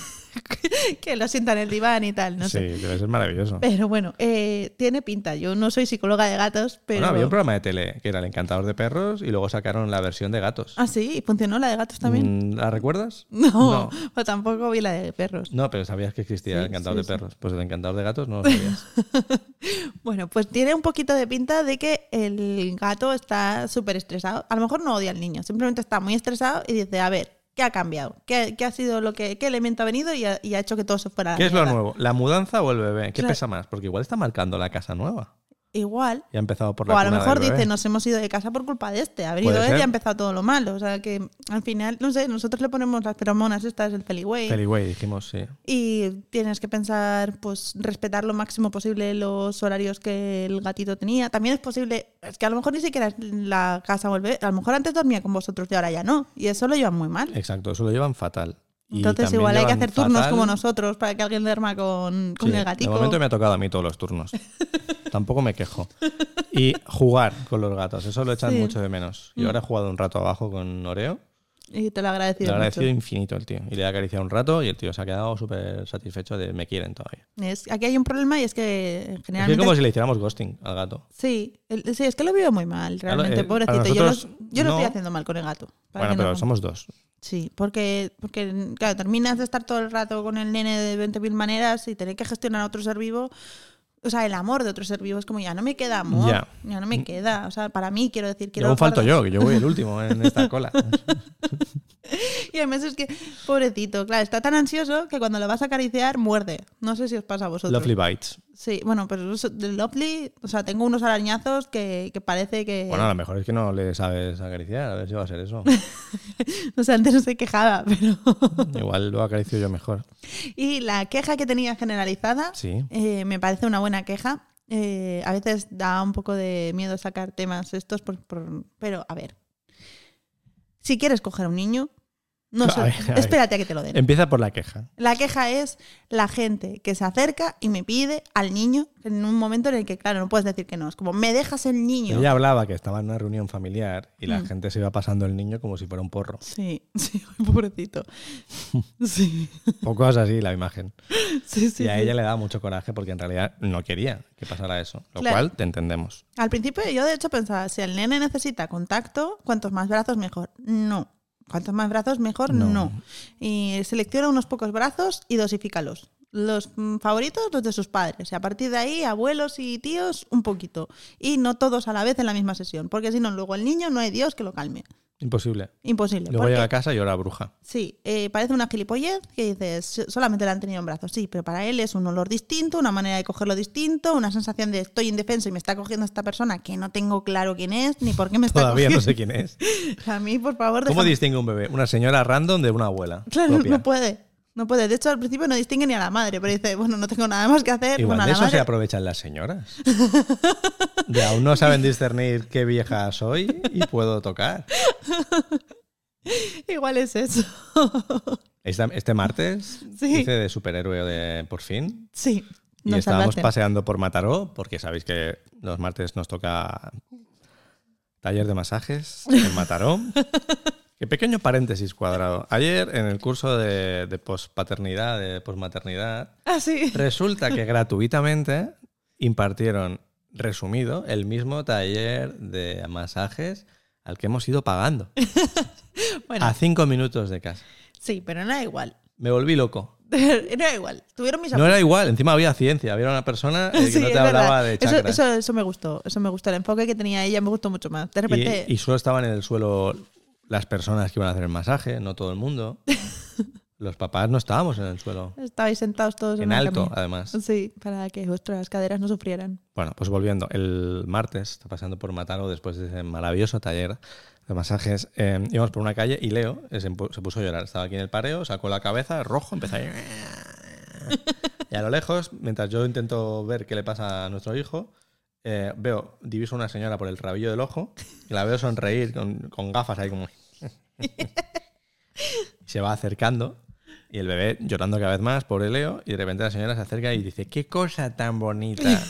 Speaker 1: que lo sientan en el diván y tal, no
Speaker 2: Eh. sí,
Speaker 1: sé.
Speaker 2: debe ser maravilloso.
Speaker 1: Pero bueno, eh, tiene pinta. Yo no soy psicóloga de gatos, pero.
Speaker 2: Bueno, había un programa de tele que era El Encantador de Perros y luego sacaron la versión de gatos.
Speaker 1: ah, sí, ¿y funcionó la de gatos también.
Speaker 2: Mm, ¿La recuerdas?
Speaker 1: No,
Speaker 2: No,
Speaker 1: o tampoco vi la de perros.
Speaker 2: No, pero sabías que existía
Speaker 1: Sí,
Speaker 2: El Encantador
Speaker 1: sí,
Speaker 2: de Perros. Pues El Encantador de Gatos no lo sabías.
Speaker 1: Bueno, pues tiene un poquito de pinta de que el gato está súper estresado. A lo mejor no odia al niño, simplemente está muy estresado y dice, a ver, ¿qué ha cambiado? ¿Qué, qué ha sido lo que, qué elemento ha venido y ha, y ha hecho que todo se fuera? a la
Speaker 2: ¿Qué es lo
Speaker 1: mierda?".
Speaker 2: nuevo? ¿La mudanza o el bebé? ¿Qué
Speaker 1: Claro.
Speaker 2: pesa más? Porque igual está marcando la casa nueva.
Speaker 1: igual.
Speaker 2: Y ha empezado por la
Speaker 1: O a lo
Speaker 2: cuna
Speaker 1: mejor
Speaker 2: del bebé.
Speaker 1: dice, nos hemos ido de casa por culpa de este. Ha venido
Speaker 2: Puede
Speaker 1: él y
Speaker 2: ser.
Speaker 1: ha empezado todo lo malo. O sea que al final, no sé, nosotros le ponemos las feromonas, esta es el feliway.
Speaker 2: Feliway, dijimos, sí.
Speaker 1: Y tienes que pensar, pues, respetar lo máximo posible los horarios que el gatito tenía. También es posible, es que a lo mejor ni siquiera es la casa vuelve. A lo mejor antes dormía con vosotros y ahora ya no. Y eso lo llevan muy mal.
Speaker 2: Exacto, eso lo llevan fatal. Eh, Y
Speaker 1: Entonces,
Speaker 2: también
Speaker 1: igual hay que
Speaker 2: llevan
Speaker 1: hacer turnos
Speaker 2: fatal-
Speaker 1: como nosotros para que alguien duerma con, con
Speaker 2: Sí,
Speaker 1: el gatito.
Speaker 2: De momento me ha tocado a mí todos los turnos. Tampoco me quejo. Y jugar con los gatos, eso lo echan
Speaker 1: Sí. Mm.
Speaker 2: mucho de menos. Y ahora he jugado un rato abajo con Oreo.
Speaker 1: Y te lo he
Speaker 2: Le
Speaker 1: agradecido.
Speaker 2: ha agradecido
Speaker 1: mucho.
Speaker 2: infinito el tío. Y le he acariciado un rato y el tío se ha quedado súper satisfecho de me quieren todavía.
Speaker 1: Es- aquí hay un problema y es que
Speaker 2: Es que es
Speaker 1: generalmente.
Speaker 2: como si le hiciéramos ghosting al gato.
Speaker 1: Sí, el- sí, es que lo veo muy mal,
Speaker 2: Claro,
Speaker 1: realmente,
Speaker 2: eh, para
Speaker 1: pobrecito. yo los-
Speaker 2: nosotros
Speaker 1: yo lo estoy
Speaker 2: no.
Speaker 1: haciendo mal con el gato. para
Speaker 2: Bueno,
Speaker 1: que no
Speaker 2: pero
Speaker 1: coma.
Speaker 2: somos dos.
Speaker 1: Sí, porque, porque claro, terminas de estar todo el rato con el nene de 20.000 maneras y tener que gestionar a otro ser vivo. O sea, el amor de otro ser vivo es como ya no me queda amor,
Speaker 2: Ya.
Speaker 1: ya, no me queda. O sea, para mí quiero decir,
Speaker 2: Yo
Speaker 1: quiero.
Speaker 2: aún falto
Speaker 1: guardar-
Speaker 2: yo, que yo voy el último en esta cola.
Speaker 1: Y además es que, pobrecito, claro, está tan ansioso que cuando lo vas a acariciar muerde. No sé si os pasa a vosotros.
Speaker 2: Lovely Bites.
Speaker 1: Sí, bueno, pero eso de Lovely, o sea, tengo unos arañazos que, que parece que.
Speaker 2: Bueno, a lo mejor es que no le sabes acariciar, a ver si va a ser eso.
Speaker 1: O sea, antes no se quejaba, pero.
Speaker 2: Igual lo acaricio yo mejor.
Speaker 1: Y la queja que tenía generalizada,
Speaker 2: Sí.
Speaker 1: eh, me parece una buena queja. Eh, a veces da un poco de miedo sacar temas estos, por- por- pero a ver. Si quieres coger a un niño, no
Speaker 2: A
Speaker 1: sé,
Speaker 2: ver, Em- a ver.
Speaker 1: espérate a que te lo den.
Speaker 2: Empieza por la queja.
Speaker 1: La queja es la gente que se acerca y me pide al niño en un momento en el que, claro, no puedes decir que no. Es como, me dejas el niño.
Speaker 2: Ella hablaba que estaba en una reunión familiar y la
Speaker 1: Mm.
Speaker 2: gente se iba pasando el niño como si fuera un porro.
Speaker 1: Sí, sí, pobrecito. Sí,
Speaker 2: Poco es así la imagen.
Speaker 1: sí, sí.
Speaker 2: y a
Speaker 1: sí.
Speaker 2: ella le daba mucho coraje porque en realidad no quería que pasara eso. Lo
Speaker 1: Claro.
Speaker 2: cual te entendemos.
Speaker 1: Al principio yo de hecho pensaba, si el nene necesita contacto, cuantos más brazos mejor. No. Cuantos más brazos mejor,
Speaker 2: No.
Speaker 1: no. Y selecciona unos pocos brazos y dosifícalos. Los mm, favoritos, los de sus padres. Y a partir de ahí, abuelos y tíos, un poquito. Y no todos a la vez en la misma sesión. Porque si no, luego el niño no hay Dios que lo calme.
Speaker 2: Imposible.
Speaker 1: Imposible.
Speaker 2: Luego
Speaker 1: porque-
Speaker 2: llega a casa y ahora bruja.
Speaker 1: Sí, eh, parece una gilipollez que dices, "So- solamente la han tenido en brazos, sí, pero para él es un olor distinto, una manera de cogerlo distinto, una sensación de estoy indefenso y me está cogiendo esta persona que no tengo claro quién es, ni por qué me está
Speaker 2: Todavía no
Speaker 1: cogiendo.
Speaker 2: sé quién es.
Speaker 1: A mí, por favor,
Speaker 2: ¿Cómo
Speaker 1: déjame-
Speaker 2: distingue un bebé? Una señora random de una abuela.
Speaker 1: Claro,
Speaker 2: propia.
Speaker 1: no puede, no puede. De hecho, al principio no distingue ni a la madre, pero dice, bueno, no tengo nada más que hacer.
Speaker 2: Igual
Speaker 1: bueno, a
Speaker 2: de
Speaker 1: la
Speaker 2: eso
Speaker 1: madre-
Speaker 2: se aprovechan las señoras. De aún no saben discernir qué vieja soy y puedo tocar.
Speaker 1: Igual es eso.
Speaker 2: Esta- Este martes
Speaker 1: Sí.
Speaker 2: hice de superhéroe de por fin.
Speaker 1: sí,
Speaker 2: Y
Speaker 1: nos
Speaker 2: estábamos
Speaker 1: salvaste.
Speaker 2: paseando por Mataró, porque sabéis que los martes nos toca taller de masajes en Mataró. Qué pequeño paréntesis cuadrado. Ayer, en el curso de, de pospaternidad, de posmaternidad,
Speaker 1: Ah, sí.
Speaker 2: resulta que gratuitamente impartieron, resumido, el mismo taller de masajes al que hemos ido pagando,
Speaker 1: Bueno,
Speaker 2: a cinco minutos de casa.
Speaker 1: sí, pero no era igual.
Speaker 2: Me volví loco.
Speaker 1: No era igual. Tuvieron mis
Speaker 2: No era igual, encima había ciencia, había una persona eh, que
Speaker 1: Sí,
Speaker 2: no
Speaker 1: es
Speaker 2: te
Speaker 1: verdad.
Speaker 2: hablaba de
Speaker 1: eso,
Speaker 2: chakras.
Speaker 1: eso, eso me gustó, eso me gustó. El enfoque que tenía ella me gustó mucho más. De repente,
Speaker 2: Y, y solo estaban en el suelo las personas que iban a hacer el masaje, no todo el mundo. Los papás no estábamos en el suelo.
Speaker 1: estabais sentados todos en,
Speaker 2: En
Speaker 1: una
Speaker 2: alto,
Speaker 1: camilla.
Speaker 2: además.
Speaker 1: Sí, para que vuestras caderas no sufrieran.
Speaker 2: Bueno, pues volviendo. El martes, está pasando por Mataro después de ese maravilloso taller de masajes, eh, íbamos por una calle y Leo eh, se, empu- se puso a llorar. Estaba aquí en el pareo, sacó la cabeza, rojo, empezó a llorar. Y a lo lejos, mientras yo intento ver qué le pasa a nuestro hijo, eh, veo, diviso una señora por el rabillo del ojo y la veo sonreír con, con gafas ahí como... se va acercando y el bebé llorando cada vez más, pobre Leo, y de repente la señora se acerca y dice, qué cosa tan bonita.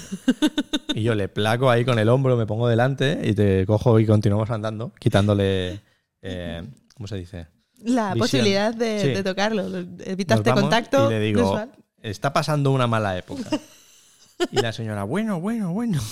Speaker 2: y yo le placo ahí con el hombro, me pongo delante y te cojo y continuamos andando, quitándole... eh, ¿Cómo se dice?
Speaker 1: La
Speaker 2: Visión.
Speaker 1: posibilidad de,
Speaker 2: Sí.
Speaker 1: de tocarlo,
Speaker 2: Nos
Speaker 1: evitaste
Speaker 2: vamos
Speaker 1: contacto.
Speaker 2: Y le digo,
Speaker 1: visual.
Speaker 2: está pasando una mala época. Y la señora, bueno, bueno, bueno.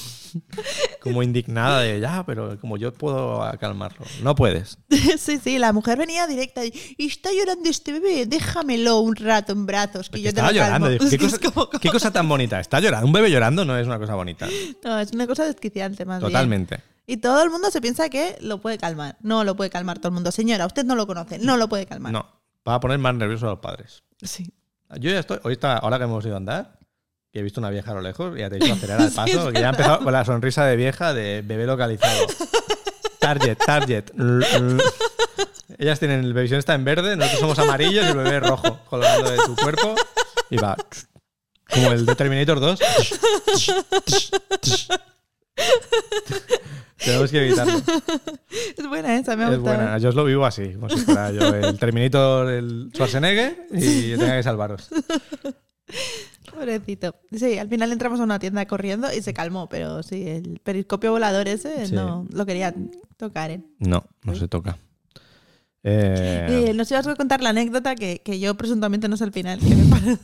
Speaker 2: Como indignada de, ya, pero como yo puedo calmarlo. No puedes.
Speaker 1: sí, sí, la mujer venía directa y "Y está llorando este bebé, déjamelo un rato en brazos, que
Speaker 2: Porque
Speaker 1: yo te lo
Speaker 2: estaba llorando.
Speaker 1: calmo".
Speaker 2: Digo, ¿Qué,
Speaker 1: Es que es
Speaker 2: cosa,
Speaker 1: como-
Speaker 2: qué cosa tan bonita. Está llorando. Un bebé llorando no es una cosa bonita.
Speaker 1: No, es una cosa desquiciante más bien.
Speaker 2: Totalmente.
Speaker 1: Y todo el mundo se piensa que lo puede calmar. No lo puede calmar todo el mundo. Señora, usted no lo conoce, no lo puede calmar.
Speaker 2: No. Va a poner más nerviosos a los padres.
Speaker 1: Sí.
Speaker 2: Yo ya estoy. Hoy está, ahora que hemos ido a andar, que he visto una vieja a lo lejos y ya te he dicho acelerar al paso, porque ya ha empezado con la sonrisa de vieja de bebé localizado. Target, target. L- l- Ellas tienen el visión está en verde, nosotros somos amarillos y el bebé es rojo, colgando de tu cuerpo y va como el de Terminator 2. Tenemos que evitarlo.
Speaker 1: Es buena esa, me ha
Speaker 2: Es
Speaker 1: gustado.
Speaker 2: buena, yo os lo vivo así, como si fuera yo el Terminator, el Schwarzenegger y yo tenga que salvaros.
Speaker 1: Pobrecito. Sí, al final entramos a una tienda corriendo y se calmó, pero sí, el periscopio volador ese
Speaker 2: Sí.
Speaker 1: no lo quería tocar. ¿eh?
Speaker 2: No, no se toca. Eh,
Speaker 1: Eh, nos ibas a contar la anécdota que, que yo presuntamente no sé el final. que me parece-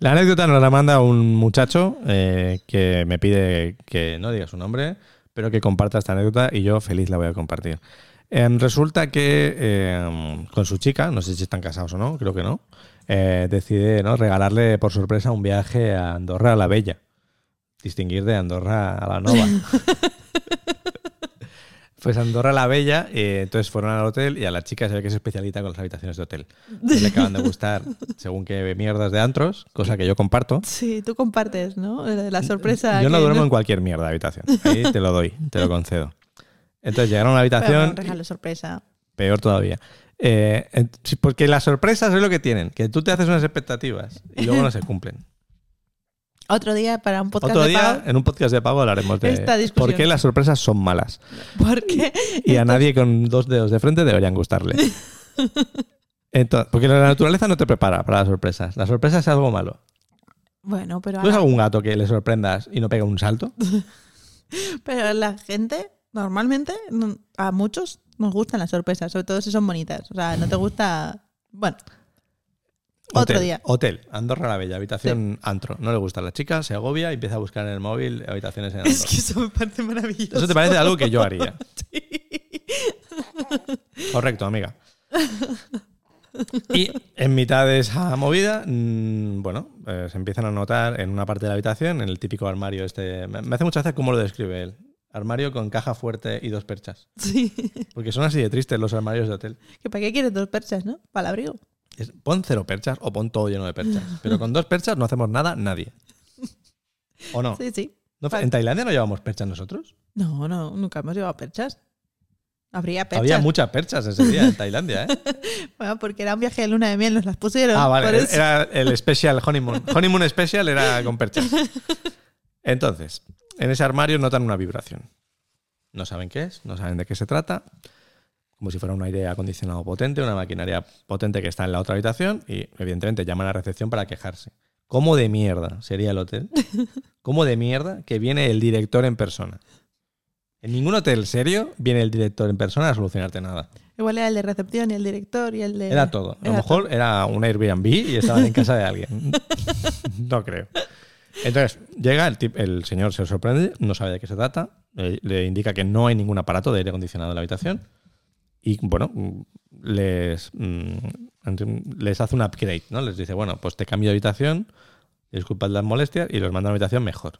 Speaker 2: La anécdota nos la manda un muchacho eh, que me pide que no diga su nombre, pero que comparta esta anécdota y yo feliz la voy a compartir. Em, resulta que em, con su chica, no sé si están casados o no, creo que no, eh, decide ¿no? regalarle por sorpresa un viaje a Andorra a la Bella. Distinguir de Andorra a la Nova. pues Andorra a la Bella, eh, entonces fueron al hotel y a la chica se ve que es especialita con las habitaciones de hotel. Entonces le acaban de gustar según qué mierdas de antros, cosa que yo comparto.
Speaker 1: Sí, tú compartes, ¿no? Eh, La sorpresa.
Speaker 2: Yo no
Speaker 1: que-
Speaker 2: duermo en cualquier mierda de habitación. Ahí te lo doy, te lo concedo. Entonces llegaron a la
Speaker 1: Pero
Speaker 2: habitación,
Speaker 1: bueno, un regalo sorpresa.
Speaker 2: peor todavía. Eh, ent- sí, porque las sorpresas es lo que tienen, que tú te haces unas expectativas y luego no se cumplen.
Speaker 1: Otro día para un podcast
Speaker 2: Otro
Speaker 1: de
Speaker 2: día, eh.
Speaker 1: pago.
Speaker 2: en un podcast de pago hablaremos de
Speaker 1: Esta discusión.
Speaker 2: por qué las sorpresas son malas.
Speaker 1: Porque
Speaker 2: Y a nadie con dos dedos de frente deberían gustarle. Entonces, porque la naturaleza no te prepara para las sorpresas. La sorpresa es algo malo.
Speaker 1: Bueno, pero,
Speaker 2: ¿Tú ves
Speaker 1: ahora-
Speaker 2: algún gato que le sorprendas y no pega un salto?
Speaker 1: pero la gente, normalmente, no- a muchos nos gustan las sorpresas, sobre todo si son bonitas. O sea, no te gusta. Bueno, otro
Speaker 2: Hotel,
Speaker 1: día.
Speaker 2: Hotel, Andorra la Bella, habitación antro. No le gusta a la chica, se agobia y empieza a buscar en el móvil habitaciones en Andorra.
Speaker 1: Es que eso me parece maravilloso.
Speaker 2: Eso te parece algo que yo haría.
Speaker 1: Sí.
Speaker 2: Correcto, amiga. Y en mitad de esa movida, mm, bueno, eh, se empiezan a notar en una parte de la habitación, en el típico armario este. Me me hace mucha gracia cómo lo describe él. Armario con caja fuerte y dos perchas.
Speaker 1: Sí.
Speaker 2: Porque son así de tristes los armarios de hotel.
Speaker 1: ¿Que ¿Para qué quieres dos perchas, no? Para el abrigo.
Speaker 2: Es, pon cero perchas o pon todo lleno de perchas. Pero con dos perchas no hacemos nada, nadie. ¿O no?
Speaker 1: Sí, sí.
Speaker 2: ¿No? ¿En Tailandia no llevamos perchas nosotros?
Speaker 1: No, no, nunca hemos llevado perchas. Habría perchas.
Speaker 2: Había muchas perchas ese día en Tailandia, ¿eh?
Speaker 1: Bueno, porque era un viaje de luna de miel, nos las pusieron.
Speaker 2: Ah,
Speaker 1: por
Speaker 2: vale.
Speaker 1: eso.
Speaker 2: Era el especial honeymoon. Honeymoon special era con perchas. Entonces, en ese armario notan una vibración. No saben qué es, no saben de qué se trata. Como si fuera un aire acondicionado potente, una maquinaria potente que está en la otra habitación y evidentemente llaman a recepción para quejarse. ¿Cómo de mierda sería el hotel? ¿Cómo de mierda que viene el director en persona? En ningún hotel serio viene el director en persona a solucionarte nada.
Speaker 1: Igual era el de recepción y el director y el de.
Speaker 2: Era todo. A lo
Speaker 1: era
Speaker 2: mejor era un Airbnb y estaban en casa de alguien. No creo. Entonces, llega el, tip- el señor, se sorprende, no sabe de qué se trata, le, le indica que no hay ningún aparato de aire acondicionado en la habitación y, bueno, mm, les, mm, ent- les hace un upgrade, ¿no? Les dice, bueno, pues te cambio de habitación, disculpad las molestias y los manda a una habitación mejor,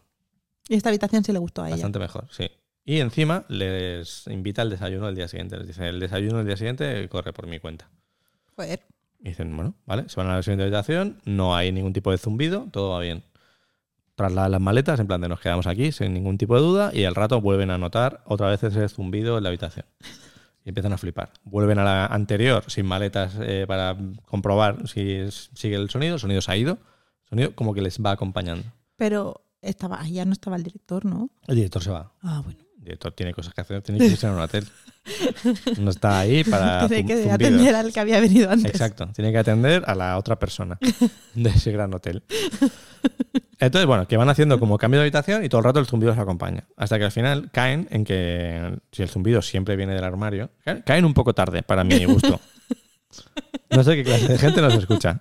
Speaker 1: Y esta habitación sí le gustó a ella.
Speaker 2: bastante mejor, sí. Y encima les invita al desayuno del día siguiente, les dice, el desayuno del día siguiente corre por mi cuenta.
Speaker 1: Joder.
Speaker 2: Y dicen, bueno, vale, se van a la siguiente habitación, no hay ningún tipo de zumbido, todo va bien. Trasladan las maletas, en plan de nos quedamos aquí sin ningún tipo de duda, y al rato vuelven a notar otra vez ese zumbido en la habitación. Y empiezan a flipar. Vuelven a la anterior sin maletas eh, para comprobar si es- sigue el sonido, el sonido se ha ido, el sonido como que les va acompañando.
Speaker 1: Pero estaba, ahí ya no estaba el director, ¿no?
Speaker 2: El director se va.
Speaker 1: Ah, bueno.
Speaker 2: El director tiene cosas que hacer, tiene que irse a un hotel. No está ahí para
Speaker 1: Tiene que
Speaker 2: zum- zumbidos.
Speaker 1: atender al que había venido antes.
Speaker 2: Exacto, tiene que atender a la otra persona de ese gran hotel. Entonces, bueno, que van haciendo como cambio de habitación y todo el rato el zumbido se acompaña. Hasta que al final caen en que si el zumbido siempre viene del armario, ca- caen un poco tarde para mi gusto. No sé qué clase de gente nos escucha,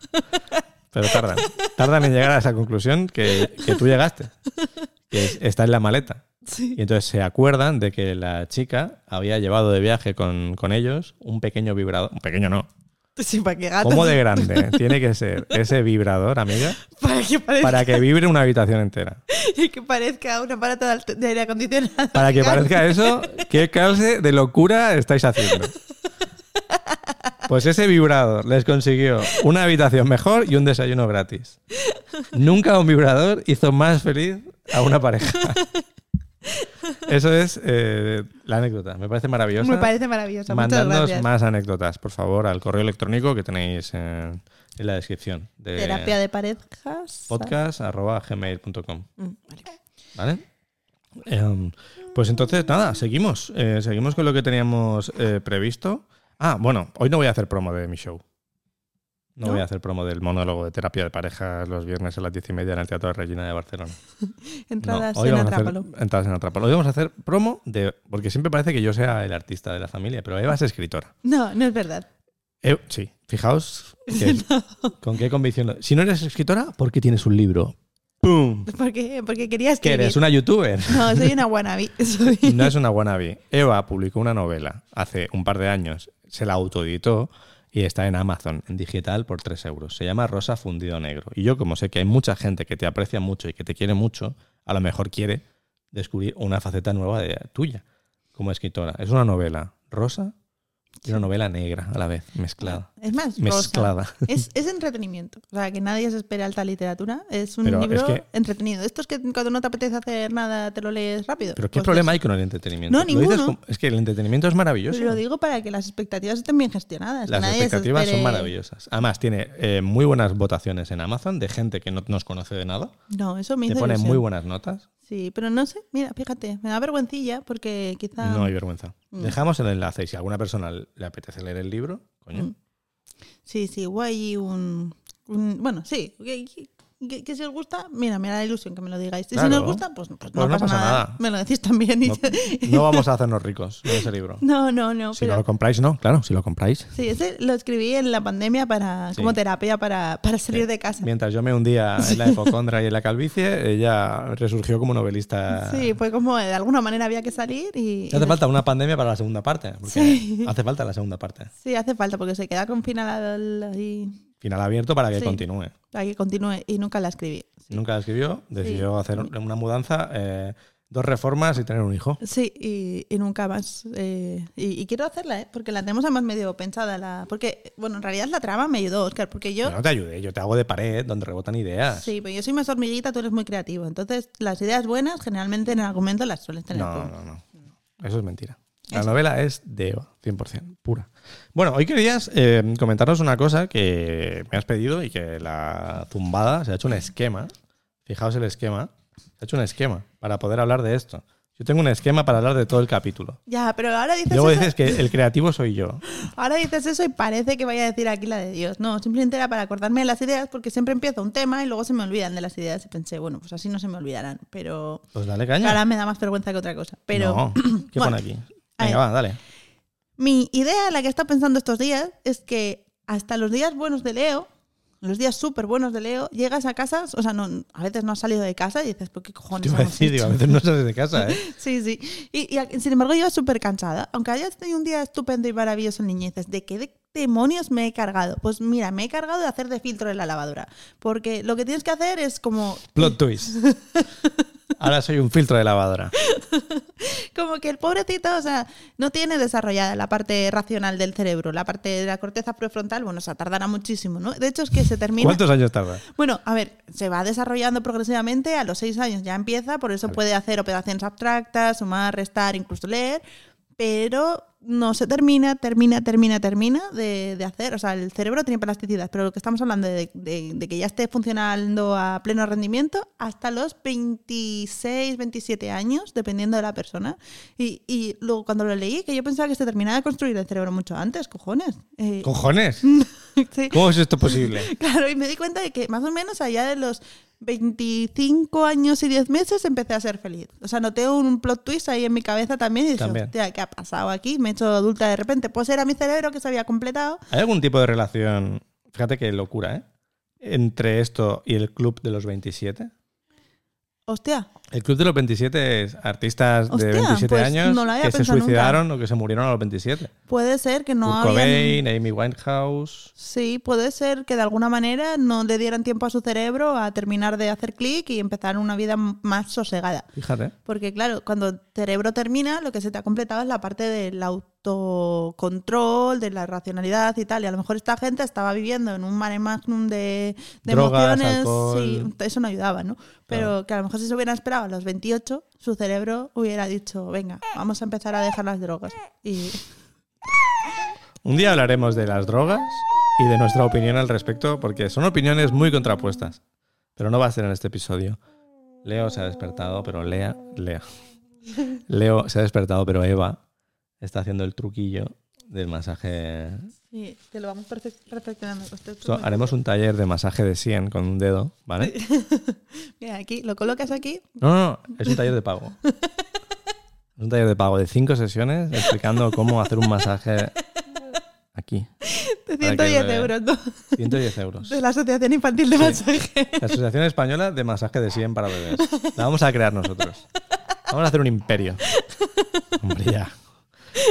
Speaker 2: pero tardan. Tardan en llegar a esa conclusión que, que tú llegaste, que es- está en la maleta.
Speaker 1: Sí.
Speaker 2: Y entonces se acuerdan de que la chica había llevado de viaje con, con ellos un pequeño vibrador, un pequeño no,
Speaker 1: Sí, para que gato.
Speaker 2: ¿Cómo de grande tiene que ser ese vibrador, amiga?
Speaker 1: Para que parezca,
Speaker 2: Para que vibre una habitación entera.
Speaker 1: que parezca un aparato de alt- de aire acondicionado.
Speaker 2: Para que parezca eso, ¿qué clase de locura estáis haciendo? Pues ese vibrador les consiguió una habitación mejor y un desayuno gratis. Nunca un vibrador hizo más feliz a una pareja. Eso es eh, la anécdota. Me parece maravillosa.
Speaker 1: Me parece maravilloso. Muchas
Speaker 2: Mandadnos
Speaker 1: gracias.
Speaker 2: más anécdotas, por favor, al correo electrónico que tenéis en, en la descripción de
Speaker 1: Terapia de parejas.
Speaker 2: podcast.gmail.com.
Speaker 1: Mm, vale.
Speaker 2: ¿Vale? Em, pues entonces, nada, seguimos. Eh, seguimos con lo que teníamos eh, previsto. Ah, bueno, hoy no voy a hacer promo de mi show. No,
Speaker 1: ¿No?
Speaker 2: voy a hacer promo del monólogo de terapia de parejas los viernes a las diez y media en el Teatro Regina de Barcelona. No,
Speaker 1: Entradas
Speaker 2: hoy
Speaker 1: en
Speaker 2: vamos a hacer
Speaker 1: Atrápalo.
Speaker 2: entradas en Atrápalo. Hoy vamos a hacer promo de. Porque siempre parece que yo sea el artista de la familia, pero Eva es escritora.
Speaker 1: No, no es verdad.
Speaker 2: Eh, sí, fijaos que- con qué convicción. lo- Si no eres escritora, ¿por qué tienes un libro? ¡Pum!
Speaker 1: Porque, porque quería
Speaker 2: ¿Qué
Speaker 1: escribir.
Speaker 2: eres? ¿Una youtuber?
Speaker 1: No, soy una wannabe. Soy-
Speaker 2: No es una wannabe. Eva publicó una novela hace un par de años, se la autoeditó y está en Amazon, en digital, por 3 euros. Se llama Rosa Fundido Negro. Y yo, como sé que hay mucha gente que te aprecia mucho y que te quiere mucho, a lo mejor quiere descubrir una faceta nueva de tuya como escritora. Es una novela rosa y una novela negra a la vez, mezclada.
Speaker 1: Es más, rosa.
Speaker 2: Mezclada.
Speaker 1: Es, es entretenimiento. O sea, que nadie se espera alta literatura. Es un
Speaker 2: Pero es
Speaker 1: libro
Speaker 2: que-
Speaker 1: entretenido. Esto es que cuando no te apetece hacer nada, te lo lees rápido.
Speaker 2: Pero ¿qué
Speaker 1: Pues
Speaker 2: problema
Speaker 1: es-
Speaker 2: hay con el entretenimiento?
Speaker 1: No,
Speaker 2: Lo dices
Speaker 1: ninguno.
Speaker 2: como- es que el entretenimiento es maravilloso.
Speaker 1: Lo digo para que las expectativas estén bien gestionadas.
Speaker 2: Las
Speaker 1: Nadie se
Speaker 2: expectativas son
Speaker 1: espere-
Speaker 2: maravillosas. Además, tiene eh, muy buenas votaciones en Amazon de gente que no nos conoce de nada.
Speaker 1: No, eso me
Speaker 2: Te
Speaker 1: hizo
Speaker 2: pone
Speaker 1: ilusión.
Speaker 2: muy buenas notas.
Speaker 1: Sí, pero no sé. Mira, fíjate, me da vergüencilla porque quizá...
Speaker 2: No hay vergüenza.
Speaker 1: Mm.
Speaker 2: Dejamos el enlace y si a alguna persona le apetece leer el libro, coño.
Speaker 1: Mm. Sí, sí, guay un, un- Bueno, sí, que, que- que si os gusta, mira, me da ilusión que me lo digáis. Y si no os
Speaker 2: Claro.
Speaker 1: gusta, pues, pues no,
Speaker 2: Pues
Speaker 1: pasa, nada. Me lo decís también. y
Speaker 2: No,
Speaker 1: ya-
Speaker 2: no vamos a hacernos ricos de ese libro.
Speaker 1: Mm. No, no, no.
Speaker 2: si
Speaker 1: pero-
Speaker 2: no lo compráis, no, claro, si lo compráis.
Speaker 1: sí, ese lo escribí en la pandemia para,
Speaker 2: Sí.
Speaker 1: como terapia para, para salir
Speaker 2: Sí.
Speaker 1: de casa.
Speaker 2: Mientras yo me hundía en la hipocondra y en la calvicie, ella resurgió como novelista.
Speaker 1: Sí, fue como de alguna manera había que salir y...
Speaker 2: Hace falta una pandemia para la segunda parte. Porque
Speaker 1: Sí.
Speaker 2: Hace falta la segunda parte.
Speaker 1: Sí, hace falta porque se queda confinada al- y
Speaker 2: Final abierto para que
Speaker 1: Sí.
Speaker 2: continúe.
Speaker 1: para que continúe y nunca la escribí.
Speaker 2: Nunca la escribió, decidió hacer una mudanza, eh, dos reformas y tener un hijo.
Speaker 1: Sí, y, y nunca más. eh, y, y quiero hacerla, ¿eh? porque la tenemos además medio pensada. La, porque, bueno, en realidad la trama me ayudó, Oscar, porque yo.
Speaker 2: Yo no te ayudé, yo te hago de pared donde rebotan ideas.
Speaker 1: Sí, pero yo soy más hormiguita, tú eres muy creativo. Entonces, las ideas buenas generalmente en el argumento las sueles tener.
Speaker 2: no,
Speaker 1: tú.
Speaker 2: no, no, Eso es mentira. La novela es de Eva, 100%, pura. Bueno, hoy querías eh, comentaros una cosa que me has pedido y que la zumbada se ha hecho un esquema. Fijaos el esquema. Se ha hecho un esquema para poder hablar de esto. Yo tengo un esquema para hablar de todo el capítulo.
Speaker 1: Ya, pero ahora dices,
Speaker 2: Luego
Speaker 1: eso,
Speaker 2: dices que el creativo soy yo.
Speaker 1: ahora dices eso y parece que vaya a decir aquí la de Dios. No, simplemente era para acordarme de las ideas, porque siempre empiezo un tema y luego se me olvidan de las ideas. Y pensé, bueno, pues así no se me olvidarán. Pero
Speaker 2: Pues dale caña.
Speaker 1: ahora me da más vergüenza que otra cosa. Pero
Speaker 2: No, ¿Qué
Speaker 1: Bueno,
Speaker 2: pone aquí?
Speaker 1: a
Speaker 2: Venga,
Speaker 1: ver.
Speaker 2: va, dale.
Speaker 1: Mi idea, la que está pensando estos días, es que hasta los días buenos de Leo, los días súper buenos de Leo, llegas a casa, o sea, no, a veces no has salido de casa y dices, ¿por qué
Speaker 2: Te
Speaker 1: cojones?
Speaker 2: iba a
Speaker 1: hemos
Speaker 2: decir, digo,
Speaker 1: hecho?".
Speaker 2: a veces no sales de casa, ¿eh?
Speaker 1: Sí, sí. Y, y, sin embargo, yo súper cansada. Aunque hayas tenido un día estupendo y maravilloso en niñeces, ¿de qué de- demonios me he cargado? Pues mira, me he cargado de hacer de filtro en la lavadora. Porque lo que tienes que hacer es como
Speaker 2: Plot twist. Ahora soy un filtro de lavadora.
Speaker 1: Como que el pobrecito, o sea, no tiene desarrollada la parte racional del cerebro, la parte de la corteza prefrontal, bueno, o sea, tardará muchísimo, ¿no? De hecho, es que se termina.
Speaker 2: ¿Cuántos años tarda?
Speaker 1: Bueno, a ver, se va desarrollando progresivamente, a los seis años ya empieza, por eso puede hacer operaciones abstractas, sumar, restar, incluso leer, pero no se termina, termina, termina, termina de, de hacer. O sea, el cerebro tiene plasticidad, pero lo que estamos hablando de, de- de que ya esté funcionando a pleno rendimiento hasta los 26, 27 años, dependiendo de la persona. Y, y luego cuando lo leí, que yo pensaba que se terminaba de construir el cerebro mucho antes, cojones. Eh,
Speaker 2: ¿Cojones?
Speaker 1: sí.
Speaker 2: ¿Cómo es esto posible?
Speaker 1: Claro, y me di cuenta de que más o menos allá de los 25 años y 10 meses empecé a ser feliz. O sea, noté un plot twist ahí en mi cabeza también y dije,
Speaker 2: También.
Speaker 1: hostia, ¿qué ha pasado aquí? Me he hecho adulta de repente. Pues era mi cerebro que se había completado.
Speaker 2: ¿Hay algún tipo de relación, fíjate qué locura, ¿eh? Entre esto y el club de los 27?
Speaker 1: Hostia,
Speaker 2: El club de los 27 es artistas
Speaker 1: Hostia,
Speaker 2: de 27
Speaker 1: pues
Speaker 2: años
Speaker 1: no lo había
Speaker 2: que se
Speaker 1: pensado nunca.
Speaker 2: suicidaron o que se murieron a los 27.
Speaker 1: Puede ser que no
Speaker 2: Kurt
Speaker 1: habían...
Speaker 2: Cobain, Amy Winehouse.
Speaker 1: Sí, puede ser que de alguna manera no le dieran tiempo a su cerebro a terminar de hacer clic y empezar una vida m- más sosegada.
Speaker 2: Fíjate.
Speaker 1: Porque claro, cuando el cerebro termina, lo que se te ha completado es la parte del autocontrol, de la racionalidad y tal. Y a lo mejor esta gente estaba viviendo en un mare magnum de, de
Speaker 2: Drogas,
Speaker 1: emociones.
Speaker 2: alcohol.
Speaker 1: sí, eso no ayudaba, ¿no? Pero
Speaker 2: Claro.
Speaker 1: que a lo mejor si se hubieran esperado a los 28, su cerebro hubiera dicho, venga, vamos a empezar a dejar las drogas. Y
Speaker 2: Un día hablaremos de las drogas y de nuestra opinión al respecto, porque son opiniones muy contrapuestas. Pero no va a ser en este episodio. Leo se ha despertado, pero Lea. Lea. Leo se ha despertado, pero Eva está haciendo el truquillo del masaje.
Speaker 1: sí, te lo vamos perfe- perfeccionando. Esto es
Speaker 2: So,
Speaker 1: muy-
Speaker 2: haremos un taller de masaje de 100 con un dedo, ¿vale?
Speaker 1: Mira, aquí lo colocas aquí.
Speaker 2: No, no, no, es un taller de pago. Es un taller de pago de cinco sesiones explicando cómo hacer un masaje aquí.
Speaker 1: De
Speaker 2: Para que
Speaker 1: 110
Speaker 2: le-
Speaker 1: euros ¿no?
Speaker 2: 110 euros.
Speaker 1: de la Asociación Infantil de Masaje.
Speaker 2: La Asociación Española de Masaje de 100 para Bebés. La vamos a crear nosotros. Vamos a hacer un imperio. Hombre, ya.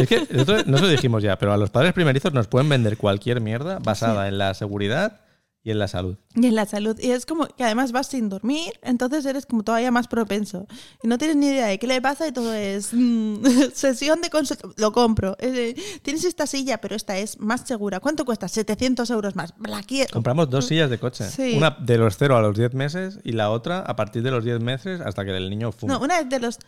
Speaker 2: Es que nosotros- no se lo dijimos ya, pero a los padres primerizos nos pueden vender cualquier mierda basada en la seguridad y en la salud.
Speaker 1: Y en la salud. Y es como que además vas sin dormir, entonces eres como todavía más propenso. Y no tienes ni idea de qué le pasa y todo es mm, sesión de consulta. Lo compro. Eh, tienes esta silla, pero esta es más segura. ¿Cuánto cuesta? 700 euros más. La quiero.
Speaker 2: Compramos dos sillas de coche.
Speaker 1: Sí.
Speaker 2: Una de los 0 a los 10 meses y la otra a partir de los 10 meses hasta que el niño fume.
Speaker 1: No, una es de los,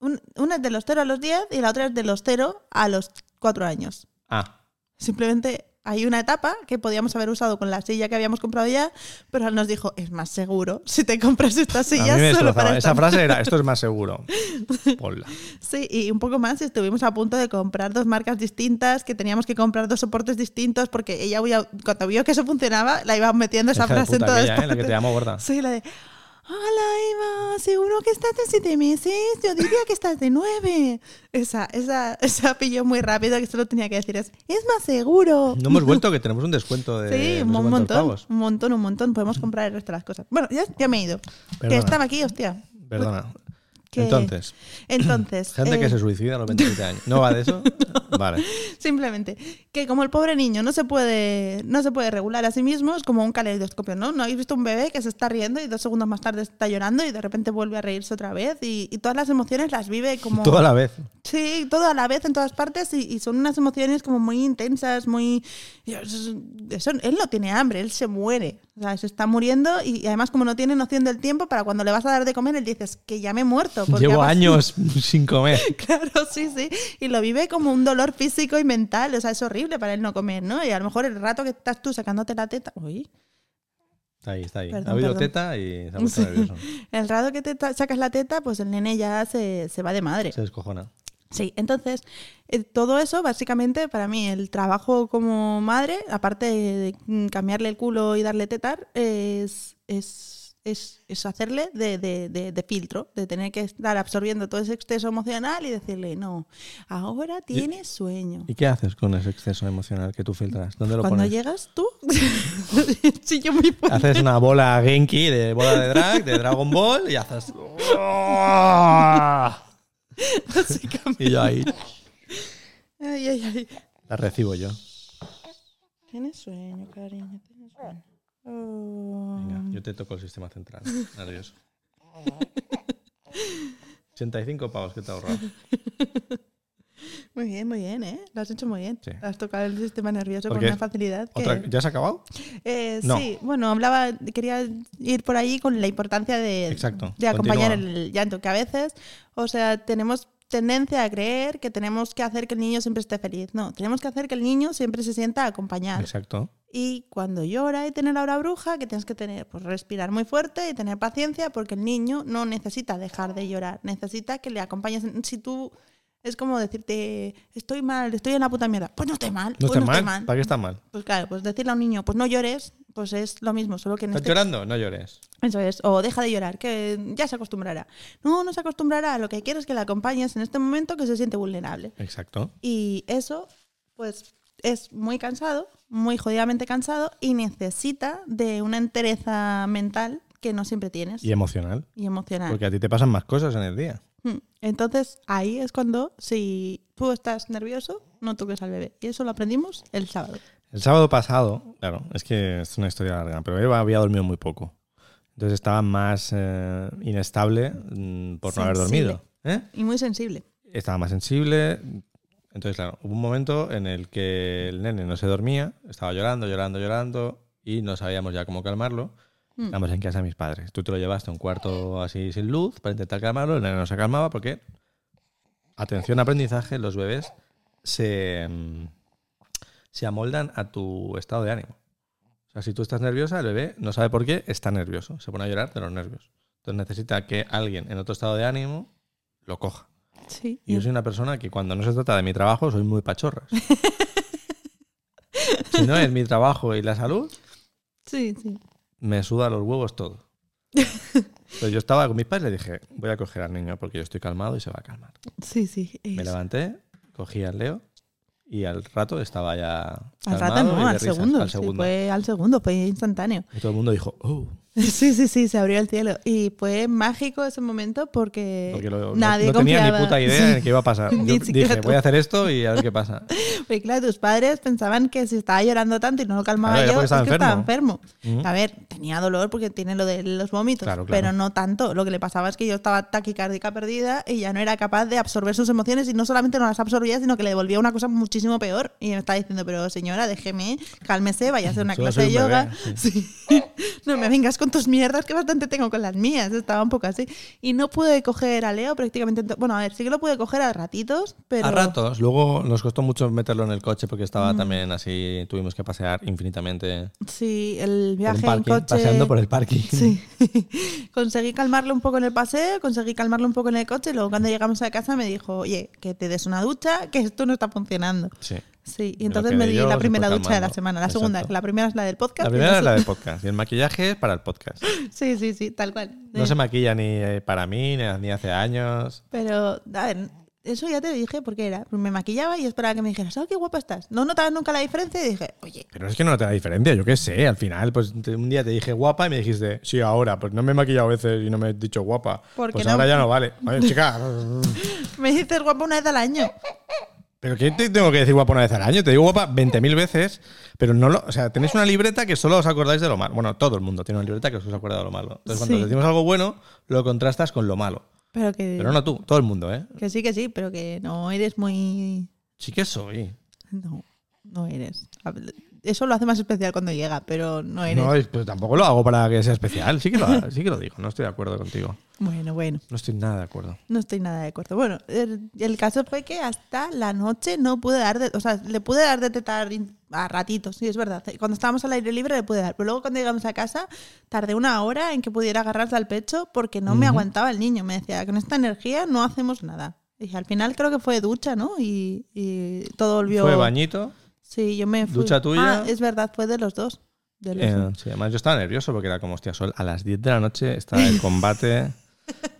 Speaker 1: un- una es de los 0 a los 10 y la otra es de los 0 a los 4 años.
Speaker 2: Ah,
Speaker 1: Simplemente hay una etapa que podíamos haber usado con la silla que habíamos comprado ya, pero él nos dijo, es más seguro si te compras esta
Speaker 2: a mí
Speaker 1: silla
Speaker 2: me
Speaker 1: solo
Speaker 2: destrozaba.
Speaker 1: para
Speaker 2: Esa
Speaker 1: esta.
Speaker 2: frase era, esto es más seguro. Ponla.
Speaker 1: Sí, y un poco más estuvimos a punto de comprar dos marcas distintas, que teníamos que comprar dos soportes distintos, porque ella huía- cuando vio que eso funcionaba, la iba metiendo esa
Speaker 2: Hija de
Speaker 1: frase en
Speaker 2: puta
Speaker 1: todas
Speaker 2: aquella, ¿eh? La que te
Speaker 1: partes.
Speaker 2: llamo gorda.
Speaker 1: Sí, la de. Hola, Eva, seguro que estás de siete meses. Yo diría que estás de nueve. Esa, esa, esa pilló muy rápido que solo tenía que decir es, es más seguro.
Speaker 2: No hemos vuelto que tenemos un descuento de
Speaker 1: Sí,
Speaker 2: no sé
Speaker 1: un
Speaker 2: cuántos
Speaker 1: montón,
Speaker 2: pavos.
Speaker 1: un montón, un montón. Podemos comprar el resto de las cosas. Bueno, ya, ya me he ido. Que
Speaker 2: Perdona.
Speaker 1: estaba aquí, hostia.
Speaker 2: Perdona.
Speaker 1: Que-
Speaker 2: Entonces,
Speaker 1: Entonces,
Speaker 2: gente
Speaker 1: eh,
Speaker 2: que se suicida a los 27 años. ¿No va de eso? Vale.
Speaker 1: simplemente que como el pobre niño no se puede no se puede regular a sí mismo, es como un caleidoscopio, ¿no? No habéis visto un bebé que se está riendo y dos segundos más tarde está llorando y de repente vuelve a reírse otra vez y, y todas las emociones las vive como
Speaker 2: Toda la vez.
Speaker 1: Sí, todo a la vez en todas partes y, y son unas emociones como muy intensas, muy... eso- él no tiene hambre, él se muere, o sea, se está muriendo y, y además como no tiene noción del tiempo, para cuando le vas a dar de comer, él dices que ya me he muerto. porque
Speaker 2: Llevo
Speaker 1: ha pas-
Speaker 2: años sin comer.
Speaker 1: Claro, sí, sí. Y lo vive como un dolor físico y mental, o sea, es horrible para él no comer, ¿no? Y a lo mejor el rato que estás tú sacándote la teta... Uy.
Speaker 2: Está ahí, está ahí.
Speaker 1: Perdón,
Speaker 2: ha habido
Speaker 1: perdón.
Speaker 2: teta y se ha puesto
Speaker 1: Sí.
Speaker 2: nervioso.
Speaker 1: El rato que te ta- sacas la teta, pues el nene ya se, se va de madre.
Speaker 2: Se descojona.
Speaker 1: Sí, entonces, eh, todo eso, básicamente, para mí, el trabajo como madre, aparte de mm, cambiarle el culo y darle tetar, es, es, es, es hacerle de, de- de- de filtro, de tener que estar absorbiendo todo ese exceso emocional y decirle, no, ahora tienes sueño.
Speaker 2: ¿Y qué haces con ese exceso emocional que tú filtras? ¿Dónde lo
Speaker 1: Cuando
Speaker 2: pones?
Speaker 1: llegas tú, sí, yo muy fuerte.
Speaker 2: Haces una bola Genki de bola de drag, de Dragon Ball, y haces. ¡Oh!
Speaker 1: básicamente.
Speaker 2: Y yo ahí
Speaker 1: Ay, ay, ay.
Speaker 2: la recibo yo.
Speaker 1: Tienes sueño, cariño, tienes sueño.
Speaker 2: Venga,
Speaker 1: Oh.
Speaker 2: yo te toco el sistema central. Nervioso. 85 pavos que te he ahorrado.
Speaker 1: Muy bien, muy bien, ¿eh? Lo has hecho muy bien.
Speaker 2: Sí.
Speaker 1: Has tocado el sistema nervioso con
Speaker 2: Porque-
Speaker 1: una facilidad que...
Speaker 2: ¿Otra- ¿Ya se ha acabado?
Speaker 1: Eh,
Speaker 2: No.
Speaker 1: Sí, bueno, hablaba, quería ir por ahí con la importancia de,
Speaker 2: Exacto.
Speaker 1: de acompañar
Speaker 2: Continúa.
Speaker 1: el llanto, que a veces, o sea, tenemos tendencia a creer que tenemos que hacer que el niño siempre esté feliz. No, tenemos que hacer que el niño siempre se sienta
Speaker 2: Ah.
Speaker 1: acompañado.
Speaker 2: Exacto.
Speaker 1: Y cuando llora y tener la hora bruja, que tienes que tener, pues respirar muy fuerte y tener paciencia, porque el niño no necesita dejar de llorar, necesita que le acompañes. Si tú es como decirte, estoy mal, estoy en la puta mierda, pues no esté mal,
Speaker 2: No
Speaker 1: pues
Speaker 2: está
Speaker 1: no esté
Speaker 2: mal.
Speaker 1: mal.
Speaker 2: ¿Para qué está mal?
Speaker 1: Pues claro, pues decirle a un niño, pues no llores, pues es lo mismo, solo que en
Speaker 2: ¿Estás
Speaker 1: este
Speaker 2: llorando? No llores.
Speaker 1: eso es, o deja de llorar, que ya se acostumbrará. No, no se acostumbrará, lo que quiero es que le acompañes en este momento que se siente vulnerable.
Speaker 2: Exacto.
Speaker 1: Y eso, pues, es muy cansado, muy jodidamente cansado, y necesita de una entereza mental que no siempre tienes
Speaker 2: Y emocional.
Speaker 1: y emocional.
Speaker 2: Porque a ti te pasan más cosas en el día.
Speaker 1: Mm. Entonces, ahí es cuando, si tú estás nervioso, no toques al bebé. Y eso lo aprendimos el sábado.
Speaker 2: El sábado pasado, claro, es que es una historia larga, pero Eva había dormido muy poco. Entonces estaba más eh, inestable mm, por no haber
Speaker 1: Sensible.
Speaker 2: dormido. ¿eh?
Speaker 1: Y muy sensible.
Speaker 2: Estaba más sensible. Entonces, claro, hubo un momento en el que el nene no se dormía, estaba llorando, llorando, llorando y no sabíamos ya cómo calmarlo.
Speaker 1: Mm.
Speaker 2: Estamos en casa de mis padres. Tú te lo llevaste a un cuarto así sin luz para intentar calmarlo, el nene no se calmaba porque, atención, aprendizaje, los bebés se, mm, se amoldan a tu estado de ánimo. O sea, si tú estás nerviosa, el bebé no sabe por qué, está nervioso, se pone a llorar de los nervios. Entonces necesita que alguien en otro estado de ánimo lo coja.
Speaker 1: Sí.
Speaker 2: Y yo soy una persona que cuando no se trata de mi trabajo soy muy pachorras. si no es mi trabajo y la salud,
Speaker 1: Sí, sí.
Speaker 2: me suda los huevos todo. Entonces yo estaba con mis padres y le dije, voy a coger al niño porque yo estoy calmado y se va a calmar.
Speaker 1: Sí, sí.
Speaker 2: Me
Speaker 1: es-
Speaker 2: levanté, cogí al Leo y al rato estaba ya
Speaker 1: Al
Speaker 2: calmado
Speaker 1: rato no,
Speaker 2: y de
Speaker 1: al
Speaker 2: risas,
Speaker 1: segundo.
Speaker 2: al
Speaker 1: sí,
Speaker 2: segundo.
Speaker 1: fue al segundo, fue instantáneo.
Speaker 2: Y todo el mundo dijo, oh,
Speaker 1: Sí, sí, sí, se abrió el cielo. Y fue mágico ese momento porque,
Speaker 2: porque lo- no-
Speaker 1: Eh, nadie
Speaker 2: no, tenía ni
Speaker 1: confiaba.
Speaker 2: puta idea
Speaker 1: Sí.
Speaker 2: de qué iba a pasar. Yo
Speaker 1: Ni siquiera
Speaker 2: dije,
Speaker 1: tú.
Speaker 2: voy a hacer esto y a ver qué pasa.
Speaker 1: Porque claro, tus padres pensaban que si estaba llorando tanto y no lo calmaba
Speaker 2: Claro, era
Speaker 1: yo,
Speaker 2: porque
Speaker 1: es
Speaker 2: estaba
Speaker 1: que estaba enfermo.
Speaker 2: Ujú.
Speaker 1: A ver, tenía dolor porque tiene lo de los vómitos,
Speaker 2: Claro, claro.
Speaker 1: pero no tanto. Lo que le pasaba es que yo estaba taquicárdica perdida y ya no era capaz de absorber sus emociones y no solamente no las absorbía, sino que le devolvía una cosa muchísimo peor. Y me estaba diciendo, pero señora, déjeme, cálmese, vaya a hacer una
Speaker 2: Solo
Speaker 1: clase de
Speaker 2: soy un
Speaker 1: yoga.
Speaker 2: bebé,
Speaker 1: Sí. No me vengas con tus mierdas, que bastante tengo con las mías. Estaba un poco así. Y no pude coger a Leo prácticamente. en to- Bueno, a ver, sí que lo pude coger a ratitos, pero.
Speaker 2: A ratos. Luego nos costó mucho meterlo en el coche porque estaba también así, tuvimos que pasear infinitamente
Speaker 1: Sí, el
Speaker 2: por un
Speaker 1: viaje
Speaker 2: parking,
Speaker 1: en coche.
Speaker 2: paseando por el parking.
Speaker 1: Sí. conseguí calmarlo un poco en el paseo, conseguí calmarlo un poco en el coche. y Luego, cuando llegamos a casa, me dijo, oye, que te des una ducha, que esto no está funcionando.
Speaker 2: Sí.
Speaker 1: Sí, y
Speaker 2: Me lo
Speaker 1: entonces me
Speaker 2: quedé
Speaker 1: di
Speaker 2: yo, se
Speaker 1: la
Speaker 2: fue
Speaker 1: primera ducha de la
Speaker 2: calmando.
Speaker 1: semana, la segunda,
Speaker 2: Exacto.
Speaker 1: que la primera es la del podcast.
Speaker 2: La
Speaker 1: y
Speaker 2: primera es la
Speaker 1: se-
Speaker 2: del podcast. Y el maquillaje es para el podcast.
Speaker 1: Sí, sí, sí, tal cual.
Speaker 2: No se maquilla ni eh, para mí, ni- ni hace años.
Speaker 1: Pero, a ver, eso ya te dije porque era. Me maquillaba y esperaba que me dijeras, oh, qué guapa estás. No notabas nunca la diferencia y dije, oye,
Speaker 2: Pero es que no te da diferencia, yo qué sé. Al final, pues te- un día te dije guapa y me dijiste, sí, ahora, pues no me he maquillado a veces y no me he dicho guapa.
Speaker 1: Porque
Speaker 2: Pues
Speaker 1: no-
Speaker 2: ahora ya no vale. Oye, chica,
Speaker 1: me dices guapa una vez al año.
Speaker 2: ¿pero qué te tengo que decir guapa una vez al año? Te digo guapa 20.000 veces, pero no lo. O sea, tenéis una libreta que solo os acordáis de lo malo. Bueno, todo el mundo tiene una libreta que os acuerda de lo malo. Entonces, cuando
Speaker 1: Sí.
Speaker 2: decimos algo bueno, lo contrastas con lo malo.
Speaker 1: Pero que,
Speaker 2: Pero no tú, todo el mundo, ¿eh?
Speaker 1: que sí, que sí, pero que no eres muy
Speaker 2: Sí que soy.
Speaker 1: No, no eres. A ver, Eso lo hace más especial cuando llega, pero no eres.
Speaker 2: No, es- pero tampoco lo hago para que sea especial. Sí que, lo, sí que lo digo, no estoy de acuerdo contigo.
Speaker 1: Bueno, bueno,
Speaker 2: No estoy nada de acuerdo.
Speaker 1: no estoy nada de acuerdo. Bueno, el, el caso fue que hasta la noche no pude dar, de- o sea, le pude dar de tetar in- a ratitos, sí, es verdad. Cuando estábamos al aire libre le pude dar, pero luego cuando llegamos a casa tardé una hora en que pudiera agarrarse al pecho porque no me aguantaba el niño. Me decía, con esta energía no hacemos nada. Y al final creo que fue ducha, ¿no? Y, y todo volvió.
Speaker 2: Fue bañito.
Speaker 1: Sí, yo me fui.
Speaker 2: ¿Ducha tuya?
Speaker 1: Ah, es verdad, fue de los dos. De los dos.
Speaker 2: Eh, sí, además yo estaba nervioso porque era como, hostia, sol, a las 10 de la noche estaba el combate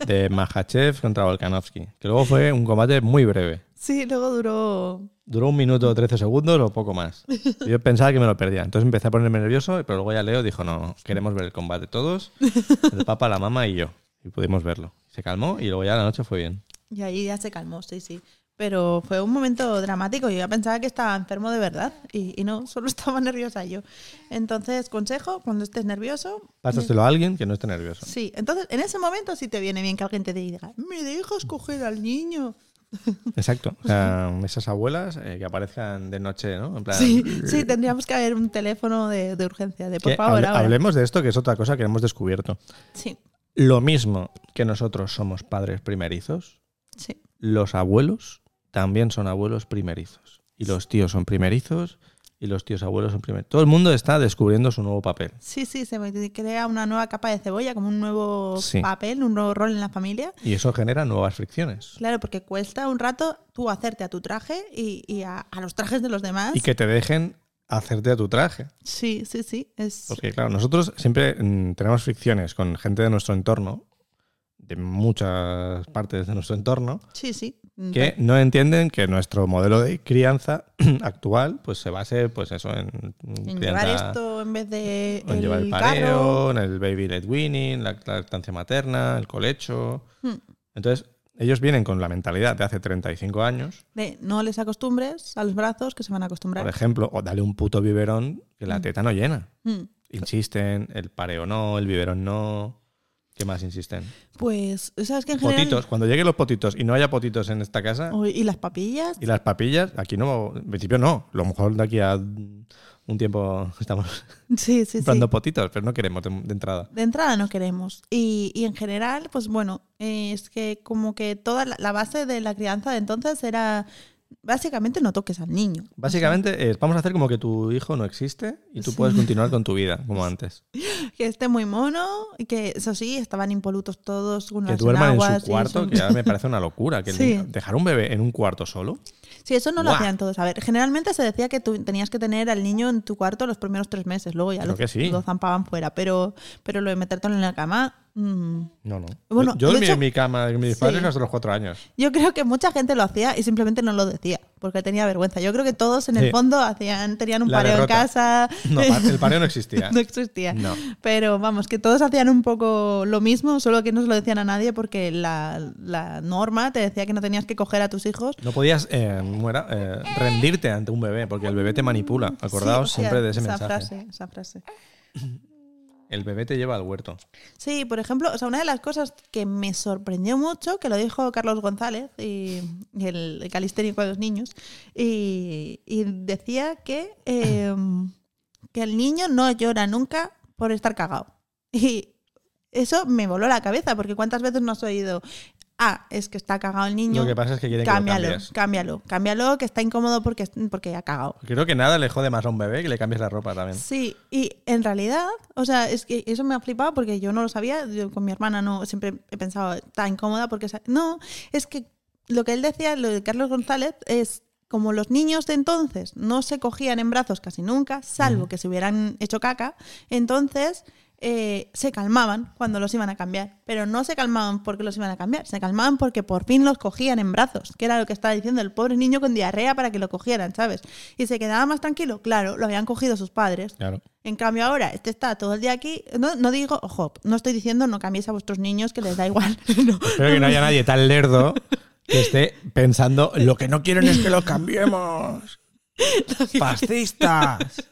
Speaker 2: de Mahachev contra Volkanovski. Que luego fue un combate muy breve.
Speaker 1: Sí, luego duró.
Speaker 2: Duró un
Speaker 1: Mm.
Speaker 2: minuto 13 segundos o poco más. Y Yo pensaba que me lo perdía. Entonces empecé a ponerme nervioso, pero luego ya Leo dijo, no, no, queremos ver el combate todos. El papá, la mamá y yo. Y pudimos verlo. Se calmó y luego ya la noche fue bien.
Speaker 1: Y ahí ya se calmó, sí, sí. Pero fue un momento dramático. Yo ya pensaba que estaba enfermo de verdad. Y, y no, solo estaba nerviosa yo. Entonces, consejo, cuando estés nervioso.
Speaker 2: Pásaselo a alguien que no esté nervioso.
Speaker 1: Sí, entonces en ese momento sí te viene bien que alguien te diga, ¿me dejas coger al niño?
Speaker 2: Exacto. O sea, esas abuelas eh, que aparezcan de noche, ¿no? En plan,
Speaker 1: Sí, sí, tendríamos que haber un teléfono de, de urgencia, de por
Speaker 2: que
Speaker 1: favor,
Speaker 2: hable-
Speaker 1: ahora.
Speaker 2: hablemos de esto, que es otra cosa que hemos descubierto.
Speaker 1: Sí,
Speaker 2: Lo mismo que nosotros somos padres primerizos,
Speaker 1: sí,
Speaker 2: los abuelos también son abuelos primerizos. Y los tíos son primerizos, y los tíos abuelos son primerizos. Todo el mundo está descubriendo su nuevo papel.
Speaker 1: sí, sí, se me crea una nueva capa de cebolla, como un nuevo
Speaker 2: Sí.
Speaker 1: papel, un nuevo rol en la familia.
Speaker 2: Y eso genera nuevas fricciones.
Speaker 1: Claro, porque cuesta un rato tú hacerte a tu traje y, y a, a los trajes de los demás.
Speaker 2: Y que te dejen hacerte a tu traje.
Speaker 1: Sí, sí, sí. Es...
Speaker 2: Porque, claro, nosotros siempre mm, tenemos fricciones con gente de nuestro entorno, de muchas partes de nuestro entorno,
Speaker 1: Sí, sí. Mm,
Speaker 2: que no entienden que nuestro modelo de crianza actual pues se base pues eso en,
Speaker 1: En
Speaker 2: crianza-
Speaker 1: llevar esto en vez de
Speaker 2: en
Speaker 1: el,
Speaker 2: llevar el
Speaker 1: carro.
Speaker 2: pareo, en el baby led weaning, la lactancia materna, el colecho.
Speaker 1: Hmm.
Speaker 2: Entonces, Ellos vienen con la mentalidad de hace 35 años,
Speaker 1: De no les acostumbres a los brazos que se van a acostumbrar.
Speaker 2: por ejemplo, o dale un puto biberón que la teta no llena.
Speaker 1: Mm.
Speaker 2: Insisten, el pareo no, el biberón no. ¿Qué más insisten?
Speaker 1: Pues, ¿sabes qué? En general, Oh.
Speaker 2: Potitos. Cuando lleguen los potitos y no haya potitos en esta casa
Speaker 1: Uy, ¿Y las papillas?
Speaker 2: y las papillas, aquí no, en principio no. A lo mejor de aquí a un tiempo estamos
Speaker 1: Sí, sí, sí.
Speaker 2: comprando potitos, pero no queremos de, de entrada.
Speaker 1: De entrada no queremos. Y, y en general, pues bueno, eh, es que como que toda la, la base de la crianza de entonces era básicamente no toques al niño.
Speaker 2: Básicamente es, vamos a hacer como que tu hijo no existe y tú puedes continuar con tu vida como antes.
Speaker 1: Que esté muy mono y que eso sí, estaban impolutos todos. unos
Speaker 2: Que
Speaker 1: en
Speaker 2: duerman en
Speaker 1: aguas
Speaker 2: su
Speaker 1: y
Speaker 2: cuarto,
Speaker 1: eso-
Speaker 2: que ya me parece una locura. Que el
Speaker 1: Sí.
Speaker 2: niño- dejar un bebé en un cuarto solo.
Speaker 1: Sí, eso no lo
Speaker 2: Guau.
Speaker 1: hacían todos. A ver, generalmente se decía que tú tenías que tener al niño en tu cuarto los primeros tres meses, luego ya
Speaker 2: Creo
Speaker 1: lo,
Speaker 2: que sí.
Speaker 1: lo zampaban fuera, pero, pero lo de metértelo en la cama... mm,
Speaker 2: No, no.
Speaker 1: Bueno,
Speaker 2: yo
Speaker 1: de
Speaker 2: dormí
Speaker 1: hecho-
Speaker 2: en mi cama de mis padres
Speaker 1: Sí.
Speaker 2: hasta los cuatro años.
Speaker 1: Yo creo que mucha gente lo hacía y simplemente no lo decía, porque tenía vergüenza. Yo creo que todos en el
Speaker 2: Sí.
Speaker 1: fondo hacían, tenían un
Speaker 2: La
Speaker 1: pareo
Speaker 2: derrota.
Speaker 1: en casa.
Speaker 2: No, pa- el pareo no existía.
Speaker 1: No existía.
Speaker 2: No.
Speaker 1: Pero vamos, que todos hacían un poco lo mismo, solo que no se lo decían a nadie porque la, la norma te decía que no tenías que coger a tus hijos.
Speaker 2: No podías eh, ¿cómo era? Eh, rendirte ante un bebé, porque el bebé te manipula. Acordaos
Speaker 1: Sí, hostia,
Speaker 2: siempre de ese
Speaker 1: esa
Speaker 2: mensaje.
Speaker 1: Frase, esa frase.
Speaker 2: El bebé te lleva al huerto.
Speaker 1: Sí, por ejemplo, o sea, una de las cosas que me sorprendió mucho, que lo dijo Carlos González, y, y el, el calistérico de los niños, y, y decía que, eh, que el niño no llora nunca por estar cagado. Y eso me voló la cabeza, porque cuántas veces no has oído, ah, es que está cagado el niño,
Speaker 2: Lo que pasa es que quieren que lo
Speaker 1: cámbialo,
Speaker 2: cambies.
Speaker 1: cámbialo, cámbialo, que está incómodo porque, porque ha cagado.
Speaker 2: Creo que nada le jode más a un bebé que le cambies la ropa también.
Speaker 1: Sí, y en realidad, o sea, es que eso me ha flipado porque yo no lo sabía, yo con mi hermana no siempre he pensado está incómoda porque esa-". no, es que lo que él decía, lo de Carlos González es como los niños de entonces no se cogían en brazos casi nunca, salvo que se hubieran hecho caca, entonces eh, se calmaban cuando los iban a cambiar, pero no se calmaban porque los iban a cambiar, se calmaban porque por fin los cogían en brazos, que era lo que estaba diciendo el pobre niño con diarrea para que lo cogieran, ¿sabes? Y se quedaba más tranquilo, claro, lo habían cogido sus padres.
Speaker 2: Claro.
Speaker 1: En cambio ahora, este está todo el día aquí, no, no digo, ojo, no estoy diciendo no cambiéis a vuestros niños que les da igual, no.
Speaker 2: Espero que no haya nadie tan lerdo que esté pensando lo que no quieren es que los cambiemos. ¡Fascistas!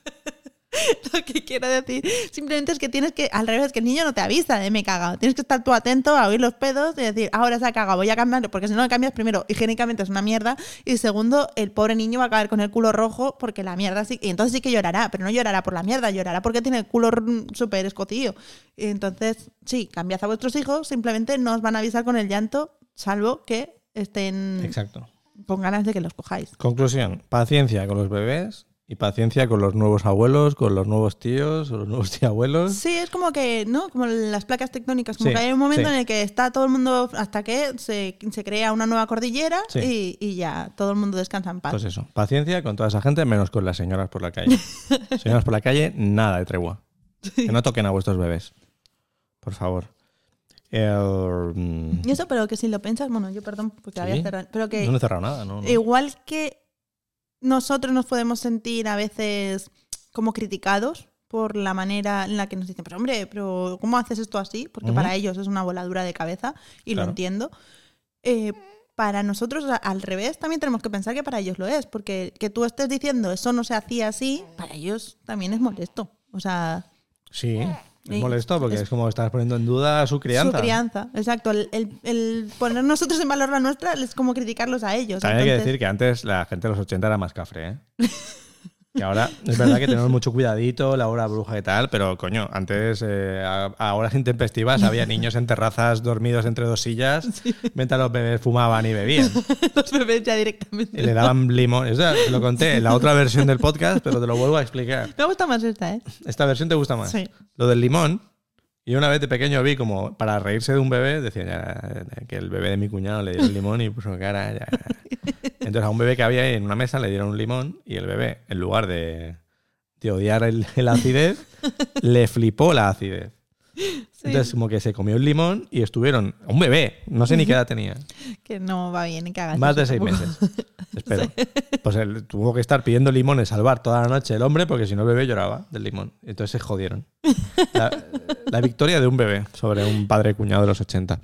Speaker 1: Lo que quiero decir simplemente es que tienes que, al revés, que el niño no te avisa de me he cagado. Tienes que estar tú atento a oír los pedos y decir, ahora se ha cagado, voy a cambiarlo. Porque si no lo cambias, primero, higiénicamente es una mierda. Y segundo, el pobre niño va a caer con el culo rojo porque la mierda sí. Y entonces sí que llorará, pero no llorará por la mierda, llorará porque tiene el culo r- súper escotillo. Y entonces, sí, cambiad a vuestros hijos, simplemente no os van a avisar con el llanto, salvo que estén
Speaker 2: Exacto.
Speaker 1: con ganas de que los cojáis.
Speaker 2: Conclusión: paciencia con los bebés y paciencia con los nuevos abuelos, con los nuevos tíos, o los nuevos tíabuelos.
Speaker 1: Sí, es como que, ¿no? Como las placas tectónicas, como
Speaker 2: Sí,
Speaker 1: que hay un momento
Speaker 2: sí.
Speaker 1: en el que está todo el mundo hasta que se, se crea una nueva cordillera
Speaker 2: Sí.
Speaker 1: y, y ya todo el mundo descansa en paz.
Speaker 2: Pues eso, paciencia con toda esa gente, menos con las señoras por la calle. señoras por la calle, nada de tregua. Que no toquen a vuestros bebés. Por favor. El- mm,
Speaker 1: y eso, pero que si lo piensas, bueno, yo perdón porque
Speaker 2: Sí.
Speaker 1: había cerrado, pero que
Speaker 2: No he cerrado nada, ¿no? no.
Speaker 1: igual que nosotros nos podemos sentir a veces como criticados por la manera en la que nos dicen, pero hombre, pero ¿cómo haces esto así? Porque
Speaker 2: Ujú.
Speaker 1: para ellos es una voladura de cabeza y
Speaker 2: Claro.
Speaker 1: lo entiendo. Eh, para nosotros, a- al revés, también tenemos que pensar que para ellos lo es, porque que tú estés diciendo eso no se hacía así, para ellos también es molesto. O sea,
Speaker 2: Sí, es
Speaker 1: Sí.
Speaker 2: molesto porque Eh, es,
Speaker 1: Es-
Speaker 2: como estás poniendo en duda su crianza.
Speaker 1: su crianza, exacto. El, el- el poner nosotros en valor la nuestra es como criticarlos a ellos.
Speaker 2: También hay que
Speaker 1: Entonces-
Speaker 2: decir que antes la gente de los 80 era más cafre, ¿eh? Que ahora es verdad que tenemos mucho cuidadito, la hora bruja y tal, pero coño, antes eh, a, a horas intempestivas había niños en terrazas dormidos entre dos sillas mientras los bebés fumaban y bebían.
Speaker 1: los bebés ya directamente.
Speaker 2: Y le daban limón. Eso te lo conté en la otra versión del podcast, pero te lo vuelvo a explicar.
Speaker 1: Me gusta más esta, ¿eh?
Speaker 2: ¿Esta versión te gusta más?
Speaker 1: Sí.
Speaker 2: Lo del limón. Y una vez de pequeño vi como para reírse de un bebé, decía ya, ya, que el bebé de mi cuñado le dieron limón y puso cara. ya, ya. Entonces a un bebé que había ahí en una mesa le dieron un limón y el bebé, en lugar de, de odiar el, la acidez, le flipó la acidez.
Speaker 1: Sí,
Speaker 2: Entonces como que se comió un limón y estuvieron, un bebé, no sé ni qué edad tenía,
Speaker 1: que no va bien que hagas
Speaker 2: más
Speaker 1: eso
Speaker 2: de seis
Speaker 1: tampoco.
Speaker 2: meses. Espero. Pues él tuvo que estar pidiendo limones al bar toda la noche el hombre, porque si no el bebé lloraba del limón. Entonces se jodieron. La, la victoria de un bebé sobre un padre cuñado de los 80.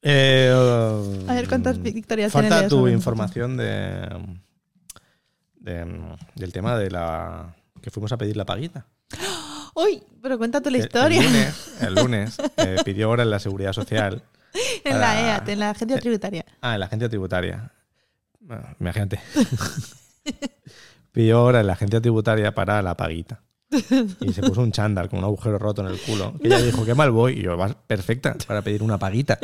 Speaker 2: Eh, mm,
Speaker 1: A ver cuántas victorias tiene
Speaker 2: Falta
Speaker 1: Leo
Speaker 2: tu
Speaker 1: sobre
Speaker 2: información de, de- mm, del tema de la que fuimos a pedir la paguita.
Speaker 1: Uy, pero cuenta tú la
Speaker 2: El-
Speaker 1: historia.
Speaker 2: El, lunes, el lunes, eh, pidió ahora en la Seguridad Social.
Speaker 1: en la
Speaker 2: para-
Speaker 1: EAT, en la agencia tributaria.
Speaker 2: Ah, en la agencia tributaria. Bueno, imagínate. Pidió ahora en la agencia tributaria para la paguita. Y se puso un chándal con un agujero roto en el culo. Que ella dijo, qué mal voy. Y yo, vas perfecta para pedir una paguita.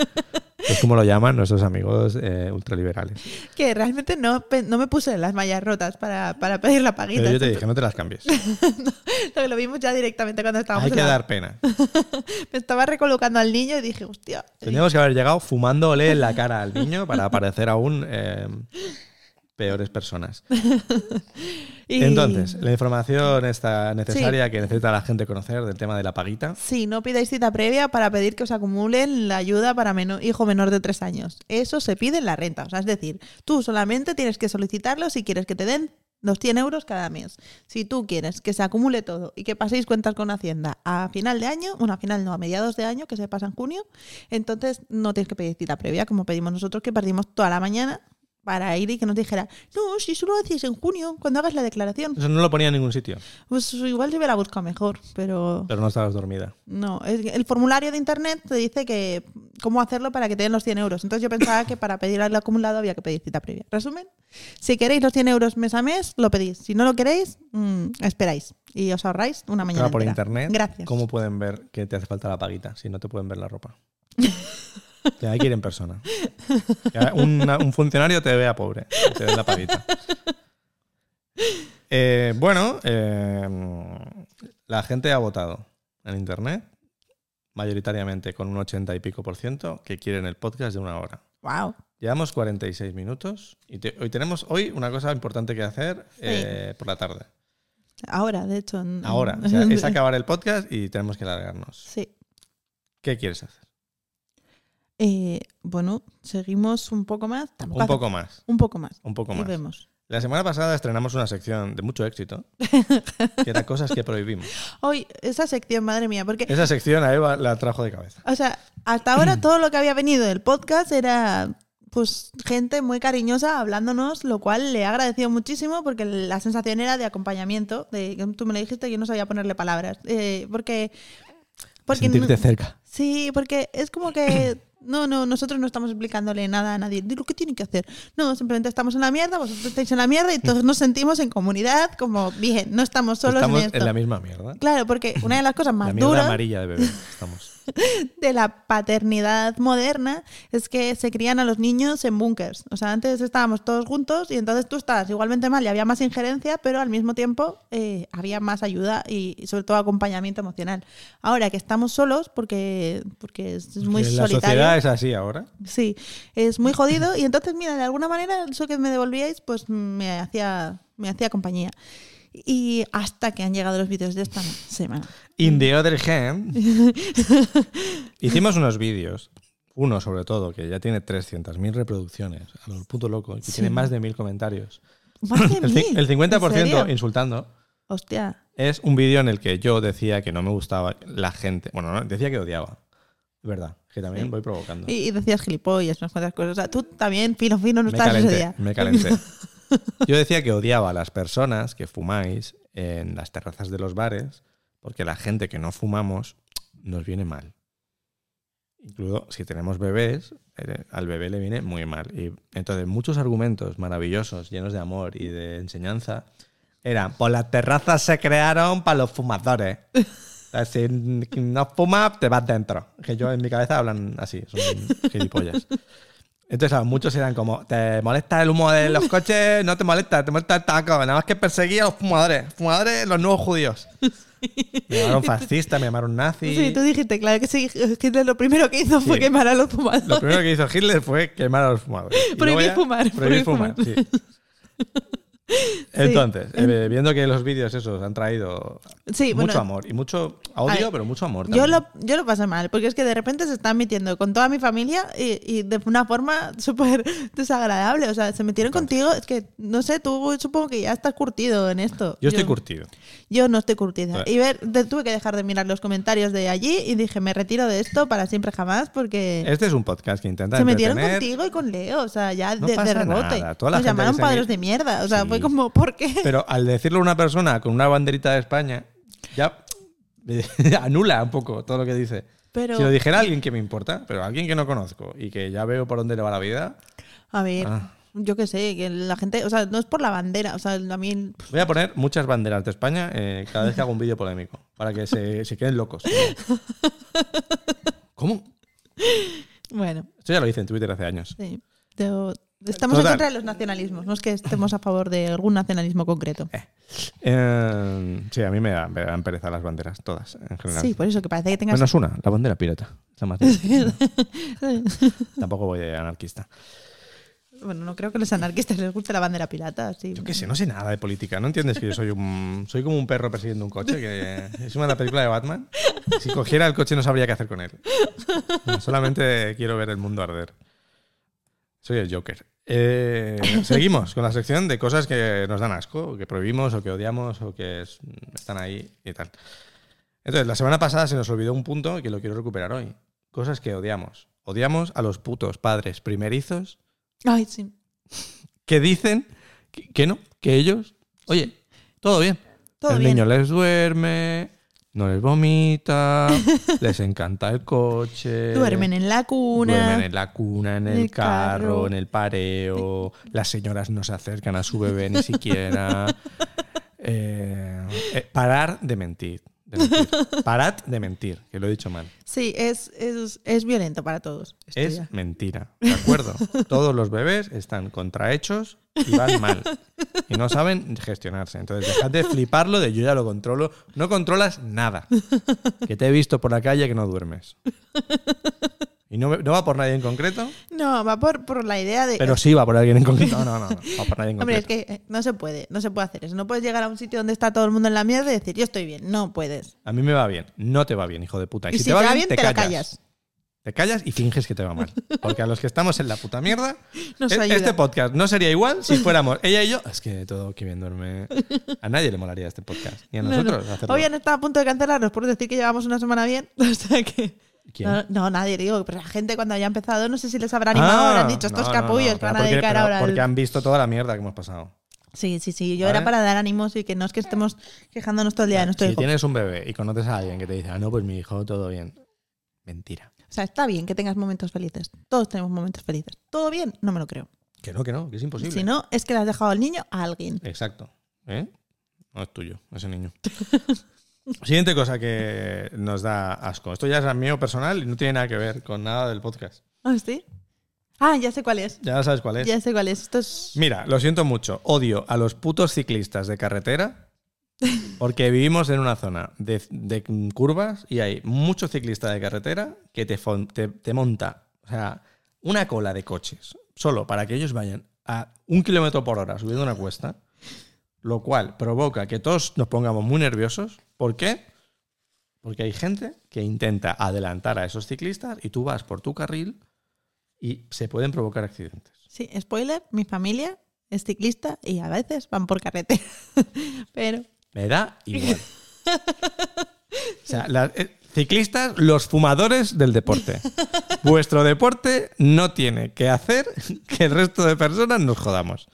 Speaker 2: Es como lo llaman nuestros amigos eh, ultraliberales.
Speaker 1: Que realmente no, pe- no me puse las mallas rotas para, para pedir la paguita.
Speaker 2: Pero yo te dije, no te las cambies.
Speaker 1: Lo, lo vimos ya directamente cuando estábamos
Speaker 2: Hay
Speaker 1: en
Speaker 2: que
Speaker 1: la-
Speaker 2: dar pena.
Speaker 1: Me estaba recolocando al niño y dije, hostia.
Speaker 2: Teníamos que haber llegado fumándole en la cara al niño para parecer aún eh, peores personas.
Speaker 1: Y-
Speaker 2: Entonces, la información está necesaria que necesita la gente conocer del tema de la paguita.
Speaker 1: Sí, no pidáis cita previa para pedir que os acumulen la ayuda para meno- hijo menor de tres años. Eso se pide en la renta. O sea, es decir, tú solamente tienes que solicitarlo si quieres que te den los 100 euros cada mes. Si tú quieres que se acumule todo y que paséis cuentas con Hacienda a final de año, bueno, a final no, a mediados de año, que se pasa en junio, entonces no tienes que pedir cita previa, como pedimos nosotros, que perdimos toda la mañana para ir y que nos dijera, no, si solo lo hacéis en junio, cuando hagas la declaración.
Speaker 2: Eso no lo ponía en ningún sitio,
Speaker 1: Pues igual se hubiera buscado mejor, pero...
Speaker 2: pero no estabas dormida.
Speaker 1: No, es que el formulario de internet te dice que cómo hacerlo para que te den los 100 euros. Entonces yo pensaba que para pedir el acumulado había que pedir cita previa. Resumen, si queréis los 100 euros mes a mes, lo pedís. Si no lo queréis, mm, esperáis y os ahorráis una mañana.
Speaker 2: Ahora por
Speaker 1: entera.
Speaker 2: internet,
Speaker 1: Gracias.
Speaker 2: ¿cómo pueden ver que te hace falta la paguita si no te pueden ver la ropa? Te hay que ir en persona. Que una- un funcionario te vea pobre, y te dé la paguita. Eh, bueno, eh, la gente ha votado en internet, mayoritariamente con un 80 y pico por ciento, que quieren el podcast de una hora.
Speaker 1: Wow.
Speaker 2: Llevamos 46 minutos y te- hoy tenemos hoy una cosa importante que hacer eh, por la tarde.
Speaker 1: Ahora, de hecho. en-
Speaker 2: Ahora, o sea, es acabar el podcast y tenemos que largarnos.
Speaker 1: Sí.
Speaker 2: ¿Qué quieres hacer?
Speaker 1: Eh, bueno, seguimos un poco más. Tampoco
Speaker 2: Un
Speaker 1: hace-
Speaker 2: poco más,
Speaker 1: un poco más.
Speaker 2: un poco
Speaker 1: Y
Speaker 2: más.
Speaker 1: vemos.
Speaker 2: La semana pasada estrenamos una sección de mucho éxito, que era cosas que prohibimos.
Speaker 1: Hoy, esa sección, madre mía, porque
Speaker 2: Esa sección a Eva la trajo de cabeza.
Speaker 1: O sea, hasta ahora todo lo que había venido del podcast era pues gente muy cariñosa hablándonos, lo cual le he agradecido muchísimo porque la sensación era de acompañamiento, de que tú me lo dijiste que yo no sabía ponerle palabras, eh, porque porque no-
Speaker 2: cerca.
Speaker 1: sí, porque es como que no, no, nosotros no estamos explicándole nada a nadie de lo que tienen que hacer. No, simplemente estamos en la mierda, vosotros estáis en la mierda y todos nos sentimos en comunidad, como bien, no estamos solos
Speaker 2: Mm. Estamos
Speaker 1: en esto.
Speaker 2: en la misma mierda.
Speaker 1: Claro, porque una de las cosas
Speaker 2: La
Speaker 1: más
Speaker 2: mierda
Speaker 1: duras
Speaker 2: amarilla de bebé. Estamos.
Speaker 1: de la paternidad moderna es que se crían a los niños en búnkers. O sea, antes estábamos todos juntos y entonces tú estabas igualmente mal y había más injerencia, pero al mismo tiempo eh, había más ayuda y, y sobre todo acompañamiento emocional. Ahora que estamos solos, porque, porque es, es muy
Speaker 2: Que la
Speaker 1: solitario.
Speaker 2: sociedad es así ahora.
Speaker 1: Sí, es muy jodido y entonces, mira, de alguna manera eso que me devolvíais, pues me hacía, me hacía compañía. Y hasta que han llegado los vídeos de esta semana.
Speaker 2: In the other hand, hicimos unos vídeos, uno sobre todo, que ya tiene 300.000 reproducciones, a lo puto loco, y que
Speaker 1: Sí.
Speaker 2: tiene más de 1.000 comentarios.
Speaker 1: Más de
Speaker 2: El, ci-
Speaker 1: mil,
Speaker 2: el
Speaker 1: ¿en
Speaker 2: 50%
Speaker 1: serio?
Speaker 2: insultando
Speaker 1: Hostia.
Speaker 2: es un vídeo en el que yo decía que no me gustaba la gente. Bueno, no, decía que odiaba. Es verdad, que también
Speaker 1: Sí.
Speaker 2: voy provocando.
Speaker 1: Y, y decías gilipollas, unas cuantas cosas. O sea, tú también, fino, fino, no
Speaker 2: me
Speaker 1: estabas ese
Speaker 2: calenté,
Speaker 1: día.
Speaker 2: me calenté. Yo decía que odiaba a las personas que fumáis en las terrazas de los bares porque la gente que no fumamos nos viene mal. Incluso si tenemos bebés, eh, al bebé le viene muy mal. Y entonces muchos argumentos maravillosos, llenos de amor y de enseñanza, eran, pues las terrazas se crearon para los fumadores. O sea, Si no fumas, te vas dentro. Que yo en mi cabeza hablan así, son gilipollas. Entonces, claro, muchos eran como, ¿te molesta el humo de los coches? No te molesta, te molesta el taco. Nada más que perseguir a los fumadores. Fumadores, los nuevos judíos. Me llamaron fascista, me llamaron nazi.
Speaker 1: Sí. tú dijiste, claro que sí, Hitler lo primero que hizo fue
Speaker 2: Sí.
Speaker 1: quemar a los
Speaker 2: Lo
Speaker 1: fumadores.
Speaker 2: primero que hizo Hitler fue quemar a los fumadores. Y luego
Speaker 1: Prohibir
Speaker 2: ya-
Speaker 1: fumar, prohibir
Speaker 2: Prohibir fumar,
Speaker 1: fumar.
Speaker 2: sí. Entonces, eh, viendo que los vídeos esos han traído
Speaker 1: Sí,
Speaker 2: mucho
Speaker 1: bueno,
Speaker 2: amor y mucho
Speaker 1: A
Speaker 2: odio,
Speaker 1: ver,
Speaker 2: pero mucho amor.
Speaker 1: Yo
Speaker 2: también.
Speaker 1: lo, yo lo pasé mal, porque es que de repente se están metiendo con toda mi familia y, y de una forma súper desagradable. O sea, se metieron contigo. Es que, no sé, tú supongo que ya estás curtido en esto.
Speaker 2: Yo estoy curtido.
Speaker 1: Yo no estoy curtida.
Speaker 2: Vale.
Speaker 1: Y ver, de- tuve que dejar de mirar los comentarios de allí y dije, me retiro de esto para siempre jamás, porque
Speaker 2: Este es un podcast que intenta
Speaker 1: se metieron
Speaker 2: entretener,
Speaker 1: contigo y con Leo. O sea, ya
Speaker 2: No
Speaker 1: de, de
Speaker 2: pasa
Speaker 1: rebote.
Speaker 2: nada, toda la
Speaker 1: Nos
Speaker 2: gente que
Speaker 1: llamaron
Speaker 2: se
Speaker 1: padres
Speaker 2: mete-
Speaker 1: de mierda. O sea,
Speaker 2: Sí.
Speaker 1: fue como, ¿por qué?
Speaker 2: Pero al decirlo una persona con una banderita de España, ya anula un poco todo lo que dice.
Speaker 1: Pero-
Speaker 2: si lo dijera alguien que me importa, pero alguien que no conozco y que ya veo por dónde le va la vida,
Speaker 1: A ver,
Speaker 2: Ah.
Speaker 1: yo qué sé, que la gente, o sea, no es por la bandera, o sea, a mí
Speaker 2: voy a poner muchas banderas de España eh, cada vez que hago un vídeo polémico, para que se, se queden locos. ¿Cómo?
Speaker 1: Bueno,
Speaker 2: Esto ya lo hice en Twitter hace años.
Speaker 1: sí. Pero estamos en
Speaker 2: Total.
Speaker 1: contra de los nacionalismos, no es que estemos a favor de algún nacionalismo concreto.
Speaker 2: Eh, sí, a mí me da- me dan pereza las banderas, todas, en general.
Speaker 1: Sí, pues, por eso que parece que tengas.
Speaker 2: Menos una, la bandera pirata. La más Tampoco voy de anarquista.
Speaker 1: Bueno, no creo que a los anarquistas les guste la bandera pirata, sí.
Speaker 2: Yo qué sé, no sé nada de política. ¿No entiendes que yo soy un soy como un perro persiguiendo un coche? Que es una película de Batman. Si cogiera el coche no sabría qué hacer con él. Solamente quiero ver el mundo arder. Soy el Joker. Eh, seguimos con la sección de cosas que nos dan asco, o que prohibimos, o que odiamos, o que es- están ahí y tal. Entonces, la semana pasada se nos olvidó un punto que lo quiero recuperar hoy. Cosas que odiamos. Odiamos a los putos padres primerizos
Speaker 1: Ay, sí.
Speaker 2: que dicen que, que no, que ellos, oye, todo bien.
Speaker 1: Todo
Speaker 2: el
Speaker 1: bien.
Speaker 2: niño les duerme, no les vomita, les encanta el coche.
Speaker 1: Duermen en la cuna.
Speaker 2: duermen en la cuna, en el,
Speaker 1: en el
Speaker 2: carro,
Speaker 1: carro.
Speaker 2: en el pareo. Las señoras no se acercan a su bebé ni siquiera. Eh, eh, parar de mentir. de mentir. Parad de mentir, que lo he dicho mal.
Speaker 1: Sí, es, es, es violento para todos. esto
Speaker 2: Es
Speaker 1: ya.
Speaker 2: mentira, ¿de acuerdo? Todos los bebés están contrahechos y van mal. Y no saben gestionarse. Entonces, dejad de fliparlo de yo ya lo controlo. No controlas nada. Que te he visto por la calle que no duermes. Y no, no va por nadie en concreto,
Speaker 1: No, va por, por la idea de.
Speaker 2: pero sí va por alguien en concreto. No, no, no. no, Va por nadie en
Speaker 1: Hombre, es
Speaker 2: concreto.
Speaker 1: que eh, no se puede, no se puede hacer eso. No puedes llegar a un sitio donde está todo el mundo en la mierda y decir, yo estoy bien. No puedes.
Speaker 2: A mí me va bien. No te va bien, hijo de puta. Y,
Speaker 1: Y
Speaker 2: si,
Speaker 1: si
Speaker 2: te va
Speaker 1: te va
Speaker 2: bien, te,
Speaker 1: bien, te lo
Speaker 2: callas.
Speaker 1: callas.
Speaker 2: Te callas y finges que te va mal. Porque a los que estamos en la puta mierda,
Speaker 1: Nos
Speaker 2: E-
Speaker 1: ayuda.
Speaker 2: Este podcast no sería igual si fuéramos ella y yo. Es que todo que bien duerme. A nadie le molaría este podcast. Y a
Speaker 1: No,
Speaker 2: nosotros
Speaker 1: no.
Speaker 2: hacerlo.
Speaker 1: Hoy han estado a punto de cancelarnos por decir que llevamos una semana bien. O sea que.
Speaker 2: ¿Quién?
Speaker 1: No, no, nadie, digo, pero la gente cuando haya empezado, no sé si les habrá animado, habrán dicho estos
Speaker 2: Ah, no, no, no,
Speaker 1: capullos que
Speaker 2: pero
Speaker 1: van a
Speaker 2: porque-
Speaker 1: dedicar
Speaker 2: pero
Speaker 1: ahora. al-
Speaker 2: Porque han visto toda la mierda que hemos pasado.
Speaker 1: Sí, sí, sí, yo
Speaker 2: ¿Vale?
Speaker 1: era para dar ánimos y que no es que estemos quejándonos todo el día de nuestro
Speaker 2: si
Speaker 1: hijo.
Speaker 2: tienes un bebé y conoces a alguien que te dice, ah, no, pues mi hijo, todo bien. Mentira.
Speaker 1: O sea, está bien que tengas momentos felices. Todos tenemos momentos felices. ¿Todo bien? No me lo creo.
Speaker 2: Que no, que no, que es imposible.
Speaker 1: Si no, es que le has dejado al niño a alguien.
Speaker 2: Exacto. ¿Eh? No es tuyo, ese niño. Siguiente cosa que nos da asco. Esto ya es mío personal y no tiene nada que ver con nada del podcast.
Speaker 1: ¿Ah, sí? Ah, ya sé cuál es.
Speaker 2: Ya sabes cuál es.
Speaker 1: Ya sé cuál es. Esto es.
Speaker 2: Mira, lo siento mucho. Odio a los putos ciclistas de carretera porque vivimos en una zona de, de curvas y hay mucho ciclista de carretera que te, fon- te- te monta o sea, una cola de coches solo para que ellos vayan a un kilómetro por hora subiendo una cuesta, lo cual provoca que todos nos pongamos muy nerviosos. ¿Por qué? Porque hay gente que intenta adelantar a esos ciclistas y tú vas por tu carril y se pueden provocar accidentes.
Speaker 1: Sí, spoiler, mi familia es ciclista y a veces van por carretera. Pero.
Speaker 2: Me da igual. O sea, la- eh, ciclistas, los fumadores del deporte. Vuestro deporte no tiene que hacer que el resto de personas nos jodamos.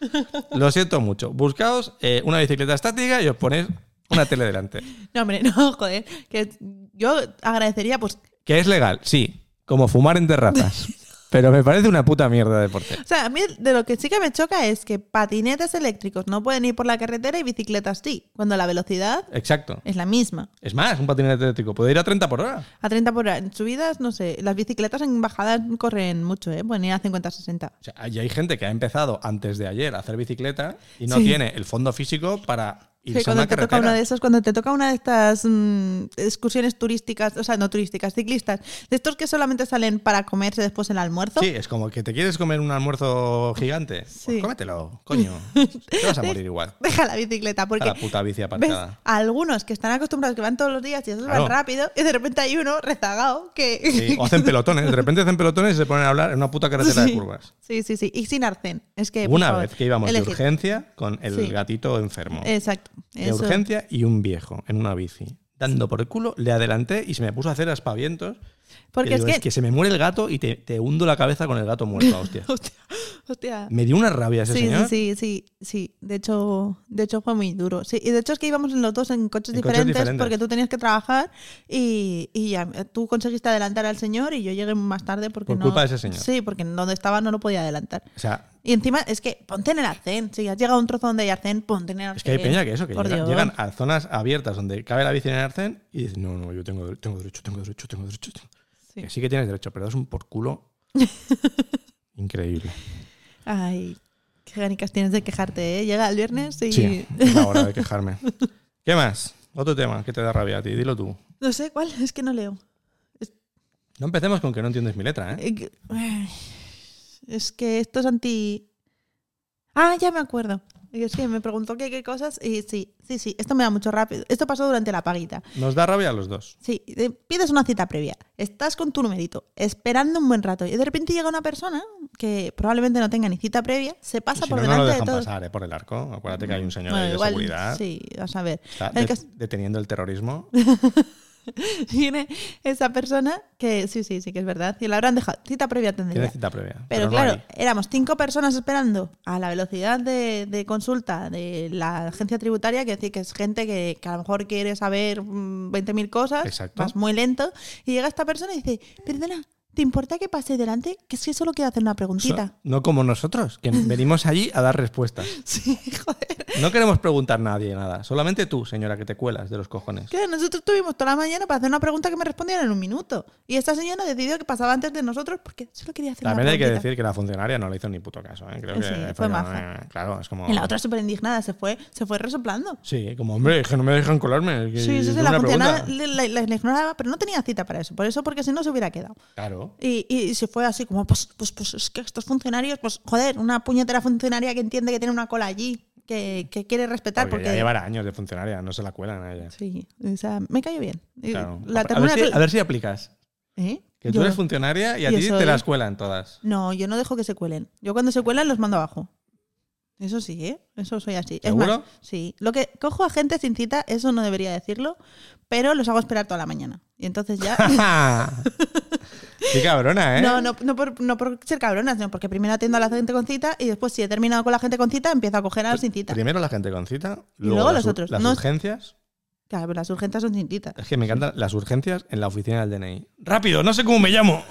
Speaker 2: Lo siento mucho. Buscaos eh, una bicicleta estática y os ponéis una tele delante.
Speaker 1: No, hombre, no, joder. Que yo agradecería, pues.
Speaker 2: Que es legal, sí, como fumar en terrazas. Pero me parece una puta mierda de deporte.
Speaker 1: O sea, a mí de lo que sí que me choca es que patinetes eléctricos no pueden ir por la carretera y bicicletas sí, cuando la velocidad
Speaker 2: Exacto.
Speaker 1: es la misma.
Speaker 2: Es más, un patinete eléctrico puede ir a 30 por hora.
Speaker 1: A 30 por hora. En subidas, no sé. Las bicicletas en bajadas corren mucho, ¿eh? Pueden ir a 50, 60.
Speaker 2: O sea, y hay gente que ha empezado antes de ayer a hacer bicicleta y no
Speaker 1: Sí.
Speaker 2: tiene el fondo físico para Y
Speaker 1: Sí,
Speaker 2: son
Speaker 1: cuando
Speaker 2: una
Speaker 1: te toca
Speaker 2: carretera.
Speaker 1: una de esas, cuando te toca una de estas mm, excursiones turísticas, o sea, no turísticas, ciclistas, de estos que solamente salen para comerse después el almuerzo.
Speaker 2: Sí, es como que te quieres comer un almuerzo gigante.
Speaker 1: Sí.
Speaker 2: Pues cómetelo, coño. Te vas a morir igual.
Speaker 1: Deja la bicicleta,
Speaker 2: A
Speaker 1: porque
Speaker 2: la puta bici
Speaker 1: ves
Speaker 2: aparcada.
Speaker 1: a algunos que están acostumbrados que van todos los días y esos
Speaker 2: Claro.
Speaker 1: van rápido, y de repente hay uno rezagado que.
Speaker 2: Sí, o hacen pelotones. De repente hacen pelotones y se ponen a hablar en una puta carretera de
Speaker 1: Sí.
Speaker 2: curvas.
Speaker 1: Sí, sí, sí. Y sin arcén. Es que. por
Speaker 2: Una
Speaker 1: favor,
Speaker 2: vez que íbamos
Speaker 1: elegid.
Speaker 2: de urgencia con el
Speaker 1: Sí.
Speaker 2: gatito enfermo.
Speaker 1: Exacto.
Speaker 2: de
Speaker 1: eso.
Speaker 2: urgencia y un viejo en una bici. Dando por el culo, le adelanté y se me puso a hacer aspavientos.
Speaker 1: Porque
Speaker 2: Que
Speaker 1: es
Speaker 2: digo,
Speaker 1: que.
Speaker 2: se me muere el gato y te, te hundo la cabeza con el gato muerto, hostia.
Speaker 1: Hostia. hostia.
Speaker 2: Me dio una rabia ese
Speaker 1: Sí, sí,
Speaker 2: señor.
Speaker 1: sí, sí, sí. De hecho, de hecho fue muy duro. Sí, y de hecho es que íbamos los dos en coches,
Speaker 2: En coches
Speaker 1: diferentes,
Speaker 2: diferentes.
Speaker 1: porque tú tenías que trabajar y, y ya, tú conseguiste adelantar al señor y yo llegué más tarde porque
Speaker 2: Por
Speaker 1: no.
Speaker 2: culpa de ese señor.
Speaker 1: Sí, porque en donde estaba no lo podía adelantar.
Speaker 2: O sea,
Speaker 1: Y encima es que ponte en el arcén. Si has llegado a un trozo donde hay arcén, ponte en el arcén.
Speaker 2: es que hay peña que eso, que
Speaker 1: Ah, Por
Speaker 2: llega-
Speaker 1: Dios.
Speaker 2: llegan a zonas abiertas donde cabe la bici en el arcén y dicen, no, no, yo tengo, dere- tengo derecho, tengo derecho, tengo derecho. tengo-".
Speaker 1: Sí.
Speaker 2: Que sí que tienes derecho, pero das un por culo increíble.
Speaker 1: Ay, qué ganicas tienes de quejarte, ¿eh? Llega el viernes y.
Speaker 2: Sí, es la hora de quejarme. ¿Qué más? Otro tema que te da rabia a ti, dilo tú.
Speaker 1: No sé cuál, es que no leo.
Speaker 2: No empecemos con que no entiendes mi letra, ¿eh?
Speaker 1: Eh, que- ay, Es que esto es anti. Ah, ya me acuerdo. Es que me preguntó qué, qué cosas y sí, sí, sí, esto me da mucho rápido. Esto pasó durante la paguita.
Speaker 2: Nos da rabia a los dos.
Speaker 1: Sí, de- pides una cita previa, estás con tu numerito, esperando un buen rato y de repente llega una persona que probablemente no tenga ni cita previa, se pasa
Speaker 2: si
Speaker 1: por
Speaker 2: no, no
Speaker 1: delante
Speaker 2: lo
Speaker 1: de
Speaker 2: dejan
Speaker 1: todo.
Speaker 2: pasar ¿eh? por el arco. Acuérdate que hay un señor
Speaker 1: Bueno,
Speaker 2: ahí de
Speaker 1: igual,
Speaker 2: seguridad.
Speaker 1: Sí, vas a ver.
Speaker 2: Está
Speaker 1: El
Speaker 2: de-
Speaker 1: caso-
Speaker 2: deteniendo el terrorismo.
Speaker 1: Viene esa persona que sí, sí, sí que es verdad. Y la habrán dejado cita previa tendría.
Speaker 2: Tiene cita previa.
Speaker 1: Pero
Speaker 2: no
Speaker 1: claro,
Speaker 2: hay.
Speaker 1: éramos cinco personas esperando a la velocidad de, de consulta de la agencia tributaria, que decir que es gente que, que a lo mejor quiere saber mm, 20.000 cosas,
Speaker 2: Exacto.
Speaker 1: vas muy lento, y llega esta persona y dice, perdona, ¿te importa que pase delante? Que es que solo quiero hacer una
Speaker 2: So-
Speaker 1: preguntita.
Speaker 2: no como nosotros, que venimos allí a dar respuestas.
Speaker 1: Sí, joder.
Speaker 2: No queremos preguntar a nadie nada. Solamente tú, señora, que te cuelas de los cojones.
Speaker 1: Que nosotros tuvimos toda la mañana para hacer una pregunta que me respondían en un minuto. Y esta señora decidió que pasaba antes de nosotros porque solo quería hacer
Speaker 2: También
Speaker 1: una
Speaker 2: hay que
Speaker 1: preguntita.
Speaker 2: decir que la funcionaria no le hizo ni puto caso. ¿eh? Creo
Speaker 1: Sí,
Speaker 2: que
Speaker 1: fue
Speaker 2: como,
Speaker 1: maja.
Speaker 2: "Eh", Claro, es como.
Speaker 1: Y la otra súper indignada se fue, se fue resoplando.
Speaker 2: Sí, como, hombre, es que no me dejan colarme. es que
Speaker 1: Sí, sí,
Speaker 2: es
Speaker 1: sí, la
Speaker 2: una
Speaker 1: funcionaba,
Speaker 2: pregunta".
Speaker 1: la, la- la ignoraba, pero no tenía cita para eso. Por eso, porque si no se hubiera quedado.
Speaker 2: Claro.
Speaker 1: Y, y se fue así como, pues, pues, pues es que estos funcionarios, pues joder, una puñetera funcionaria que entiende que tiene una cola allí, que, que quiere respetar
Speaker 2: Porque,
Speaker 1: porque...
Speaker 2: Ah, ya llevará años de funcionaria, no se la cuelan a ella.
Speaker 1: Sí, o sea, me cayó bien. Y
Speaker 2: Claro.
Speaker 1: La
Speaker 2: a, a ver
Speaker 1: ternura-
Speaker 2: si, a ver si aplicas.
Speaker 1: ¿Eh?
Speaker 2: Que tú
Speaker 1: Yo-
Speaker 2: eres funcionaria y a
Speaker 1: Yo
Speaker 2: ti te
Speaker 1: soy-
Speaker 2: las cuelan todas.
Speaker 1: No, yo no dejo que se cuelen. Yo cuando se cuelan los mando abajo. Eso sí, ¿eh? Eso soy así. Es más,
Speaker 2: ¿Seguro?
Speaker 1: sí. Lo que cojo a gente sin cita, eso no debería decirlo, pero los hago esperar toda la mañana. Y entonces ya...
Speaker 2: Qué cabrona, ¿eh?
Speaker 1: No, no, no, por, no por ser cabronas, no, porque primero atiendo a la gente con cita y después, si he terminado con la gente con cita, empiezo a coger
Speaker 2: Pues,
Speaker 1: a los sin cita.
Speaker 2: Primero la gente con cita,
Speaker 1: Y luego
Speaker 2: las
Speaker 1: los
Speaker 2: ur-
Speaker 1: otros.
Speaker 2: Las
Speaker 1: No-
Speaker 2: urgencias.
Speaker 1: Claro, pero las urgentes son sin cita.
Speaker 2: Es que me encantan las urgencias en la oficina del DNI. ¡Rápido! ¡No sé cómo me llamo!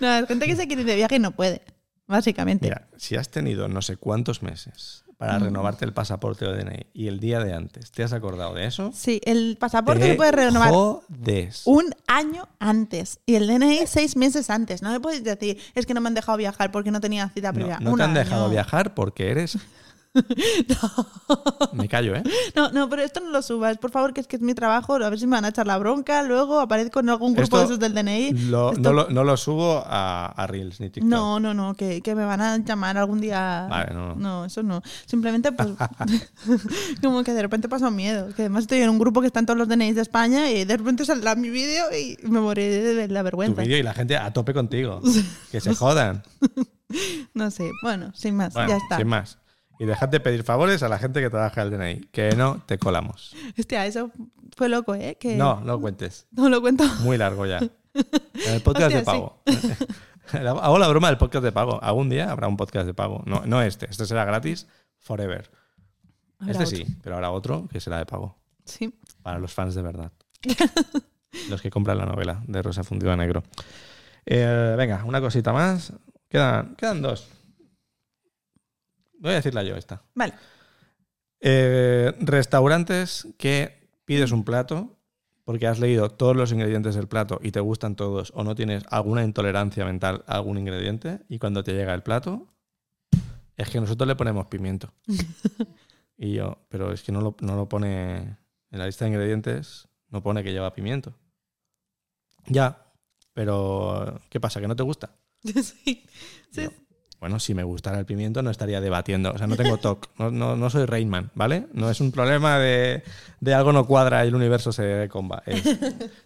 Speaker 1: No, la gente que se quiere ir de viaje y no puede, básicamente.
Speaker 2: Mira, si has tenido no sé cuántos meses
Speaker 1: Mm.
Speaker 2: para renovarte el pasaporte o DNI y el día de antes te has acordado de eso,
Speaker 1: Sí, el pasaporte
Speaker 2: te
Speaker 1: lo puedes renovar
Speaker 2: jodes.
Speaker 1: un año antes y el DNI seis meses antes. No me puedes decir, es que no me han dejado viajar porque no tenía cita
Speaker 2: No,
Speaker 1: previa.
Speaker 2: no
Speaker 1: Un
Speaker 2: te han
Speaker 1: año.
Speaker 2: dejado viajar porque eres... Me callo, ¿eh?
Speaker 1: No, no, pero esto no lo subas, por favor, que es que es mi trabajo. A ver si me van a echar la bronca. Luego aparezco en algún grupo
Speaker 2: Esto
Speaker 1: de esos del DNI.
Speaker 2: Lo-
Speaker 1: Esto-
Speaker 2: no, lo, no lo subo a, a Reels ni TikTok.
Speaker 1: No, no, no, que, que me van a llamar algún día.
Speaker 2: Vale, no.
Speaker 1: eso no. Simplemente, pues, como que de repente paso miedo. Que además estoy en un grupo que están todos los DNIs de España y de repente saldrá mi vídeo y me moriré de la
Speaker 2: Tu
Speaker 1: vergüenza.
Speaker 2: vídeo y la gente a tope contigo. Que se jodan.
Speaker 1: No sé, bueno, sin más,
Speaker 2: Bueno,
Speaker 1: ya está.
Speaker 2: sin más. Y dejad de pedir favores a la gente que trabaja el DNI, que no te colamos.
Speaker 1: Hostia, eso fue loco, ¿eh? Que
Speaker 2: No, no cuentes.
Speaker 1: no lo cuento.
Speaker 2: Muy largo ya. En el podcast
Speaker 1: Hostia,
Speaker 2: de pago. Hago la broma del podcast de pago. Algún día habrá un podcast de pago. No, no este. Este será gratis forever.
Speaker 1: Habrá
Speaker 2: este
Speaker 1: otro.
Speaker 2: sí, pero habrá otro que será de pago.
Speaker 1: Sí.
Speaker 2: Para los fans de verdad. los que compran la novela de Rosa Fundido a Negro. Eh, venga, una cosita más. Quedan, quedan dos. Voy a decirla yo esta.
Speaker 1: Vale.
Speaker 2: Eh, restaurantes que pides un plato porque has leído todos los ingredientes del plato y te gustan todos o no tienes alguna intolerancia mental a algún ingrediente y cuando te llega el plato es que nosotros le ponemos pimiento. Y yo, pero es que no lo, no lo pone en la lista de ingredientes, no pone que lleva pimiento. Ya, pero ¿qué pasa? ¿Que no te gusta?
Speaker 1: Sí, sí,
Speaker 2: Yo, bueno, si me gustara el pimiento no estaría debatiendo. O sea, no tengo TOC, no, no, no soy Rainman, ¿vale? No es un problema de, de algo no cuadra y el universo se comba. Es,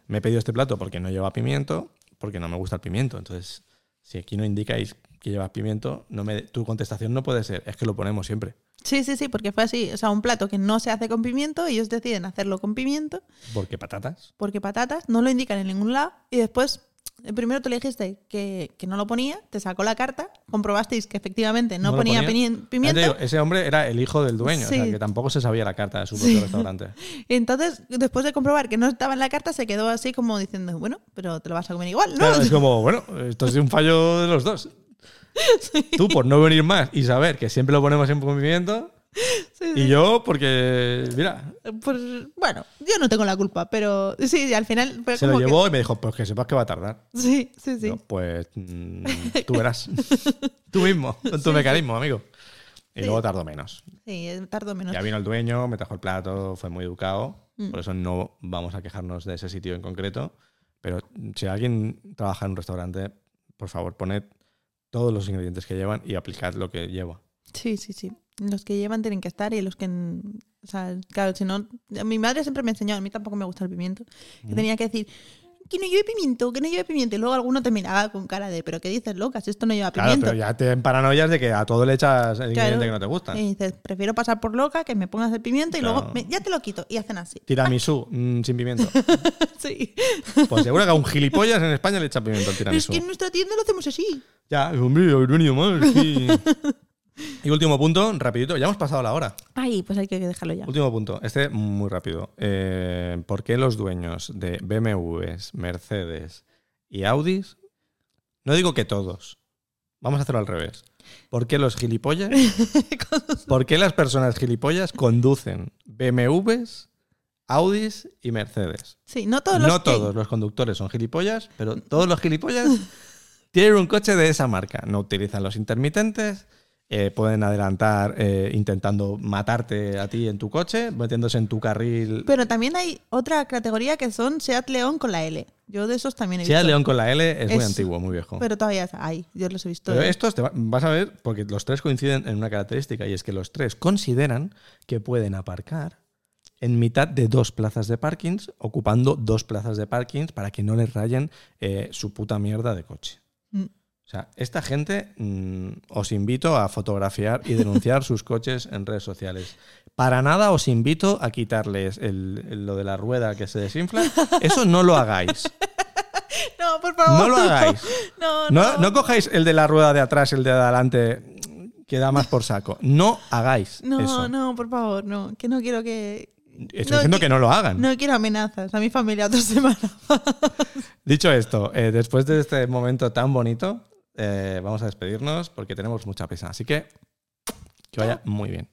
Speaker 2: me he pedido este plato porque no lleva pimiento, porque no me gusta el pimiento. Entonces, si aquí no indicáis que llevas pimiento, no me, tu contestación no puede ser, es que lo ponemos siempre.
Speaker 1: sí, sí, sí, porque fue así. O sea, un plato que no se hace con pimiento, ellos deciden hacerlo con pimiento,
Speaker 2: Porque patatas.
Speaker 1: porque patatas no lo indican en ningún lado. Y después, eh, primero tú le dijiste que, que no lo ponía, te sacó la carta, comprobasteis que efectivamente no,
Speaker 2: lo
Speaker 1: ponía, pimi-
Speaker 2: Ya
Speaker 1: pimiento.
Speaker 2: te digo, eh. ese hombre era el hijo del dueño, o
Speaker 1: Sí.
Speaker 2: sea, que tampoco se sabía la carta de su propio restaurante.
Speaker 1: Y entonces, después de comprobar que no estaba en la carta, se quedó así como diciendo, bueno, pero te lo vas a comer igual, ¿no?
Speaker 2: Claro, es como, bueno, esto es un fallo de los dos. Tú por no venir más y saber que siempre lo ponemos en movimiento.
Speaker 1: Sí,
Speaker 2: Y yo porque, mira,
Speaker 1: Pues, bueno, yo no tengo la culpa, pero sí, al final fue
Speaker 2: se
Speaker 1: como
Speaker 2: lo
Speaker 1: que-
Speaker 2: llevó y me dijo, pues que sepas que va a tardar.
Speaker 1: Sí, sí, sí.
Speaker 2: Yo, pues mm, tú verás. tú mismo, con tu mecanismo, amigo. Y luego tardó menos.
Speaker 1: Sí, eh, tardó menos.
Speaker 2: Ya vino el dueño, me trajo el plato, fue muy educado.
Speaker 1: Mm.
Speaker 2: Por eso no vamos a quejarnos de ese sitio en concreto. Pero si alguien trabaja en un restaurante, por favor, poned todos los ingredientes que llevan y aplicad lo que lleva.
Speaker 1: Sí, sí, sí. Los que llevan tienen que estar y los que... n- O sea, claro, si no... Mi madre siempre me enseñó, a mí tampoco me gusta el pimiento, que tenía que decir, que no lleve pimiento, que no lleve pimiento. Y luego alguno te miraba con cara de, pero ¿qué dices, locas? Esto no lleva
Speaker 2: Claro,
Speaker 1: pimiento.
Speaker 2: pero ya te paranoias de que a todo le echas
Speaker 1: Claro.
Speaker 2: el ingrediente que no te gusta.
Speaker 1: Y dices, prefiero pasar por loca, que me pongas el pimiento y luego
Speaker 2: Claro.
Speaker 1: me- ya te lo quito. Y hacen así.
Speaker 2: Tiramisú, mm, sin pimiento.
Speaker 1: sí.
Speaker 2: Pues seguro que a un gilipollas en España le echa pimiento al
Speaker 1: Pero es
Speaker 2: tiramisú.
Speaker 1: que en nuestra tienda lo hacemos así.
Speaker 2: Ya, hombre, haber venido mal. sí. Y último punto, rapidito, ya hemos pasado la hora.
Speaker 1: Ay, pues hay que dejarlo ya.
Speaker 2: Último punto, este muy rápido. Eh, ¿Por qué los dueños de BMWs, Mercedes y Audis? No digo que todos. Vamos a hacerlo al revés. ¿Por qué los gilipollas? ¿Por qué las personas gilipollas conducen BMWs, Audis y Mercedes?
Speaker 1: Sí, no todos los
Speaker 2: no
Speaker 1: que-
Speaker 2: todos los conductores son gilipollas, pero todos los gilipollas tienen un coche de esa marca. No utilizan los intermitentes, eh, pueden adelantar eh, intentando matarte a ti en tu coche, metiéndose en tu carril.
Speaker 1: Pero también hay otra categoría que son Seat León con la L. Yo de esos también he visto.
Speaker 2: Sea León con la L es, muy
Speaker 1: Es-
Speaker 2: antiguo, muy viejo.
Speaker 1: Pero todavía hay, yo los he visto.
Speaker 2: Pero estos te va- vas a ver, porque los tres coinciden en una característica, y es que los tres consideran que pueden aparcar en mitad de dos plazas de parkings, ocupando dos plazas de parkings para que no les rayen eh, su puta mierda de coche.
Speaker 1: Mm.
Speaker 2: O sea, esta gente mm, os invito a fotografiar y denunciar sus coches en redes sociales. Para nada os invito a quitarles el- el- lo de la rueda que se desinfla. Eso no lo hagáis.
Speaker 1: No, por favor.
Speaker 2: No lo hagáis.
Speaker 1: No, no.
Speaker 2: No, no cojáis el de la rueda de atrás, el de adelante, que da más por saco. No hagáis
Speaker 1: No,
Speaker 2: eso.
Speaker 1: no, por favor, no. Que no quiero que.
Speaker 2: Estoy diciendo que, no lo hagan.
Speaker 1: No quiero amenazas a mi familia otra semana.
Speaker 2: Dicho esto, eh, después de este momento tan bonito, eh, vamos a despedirnos porque tenemos mucha prisa. Así que que vaya muy bien.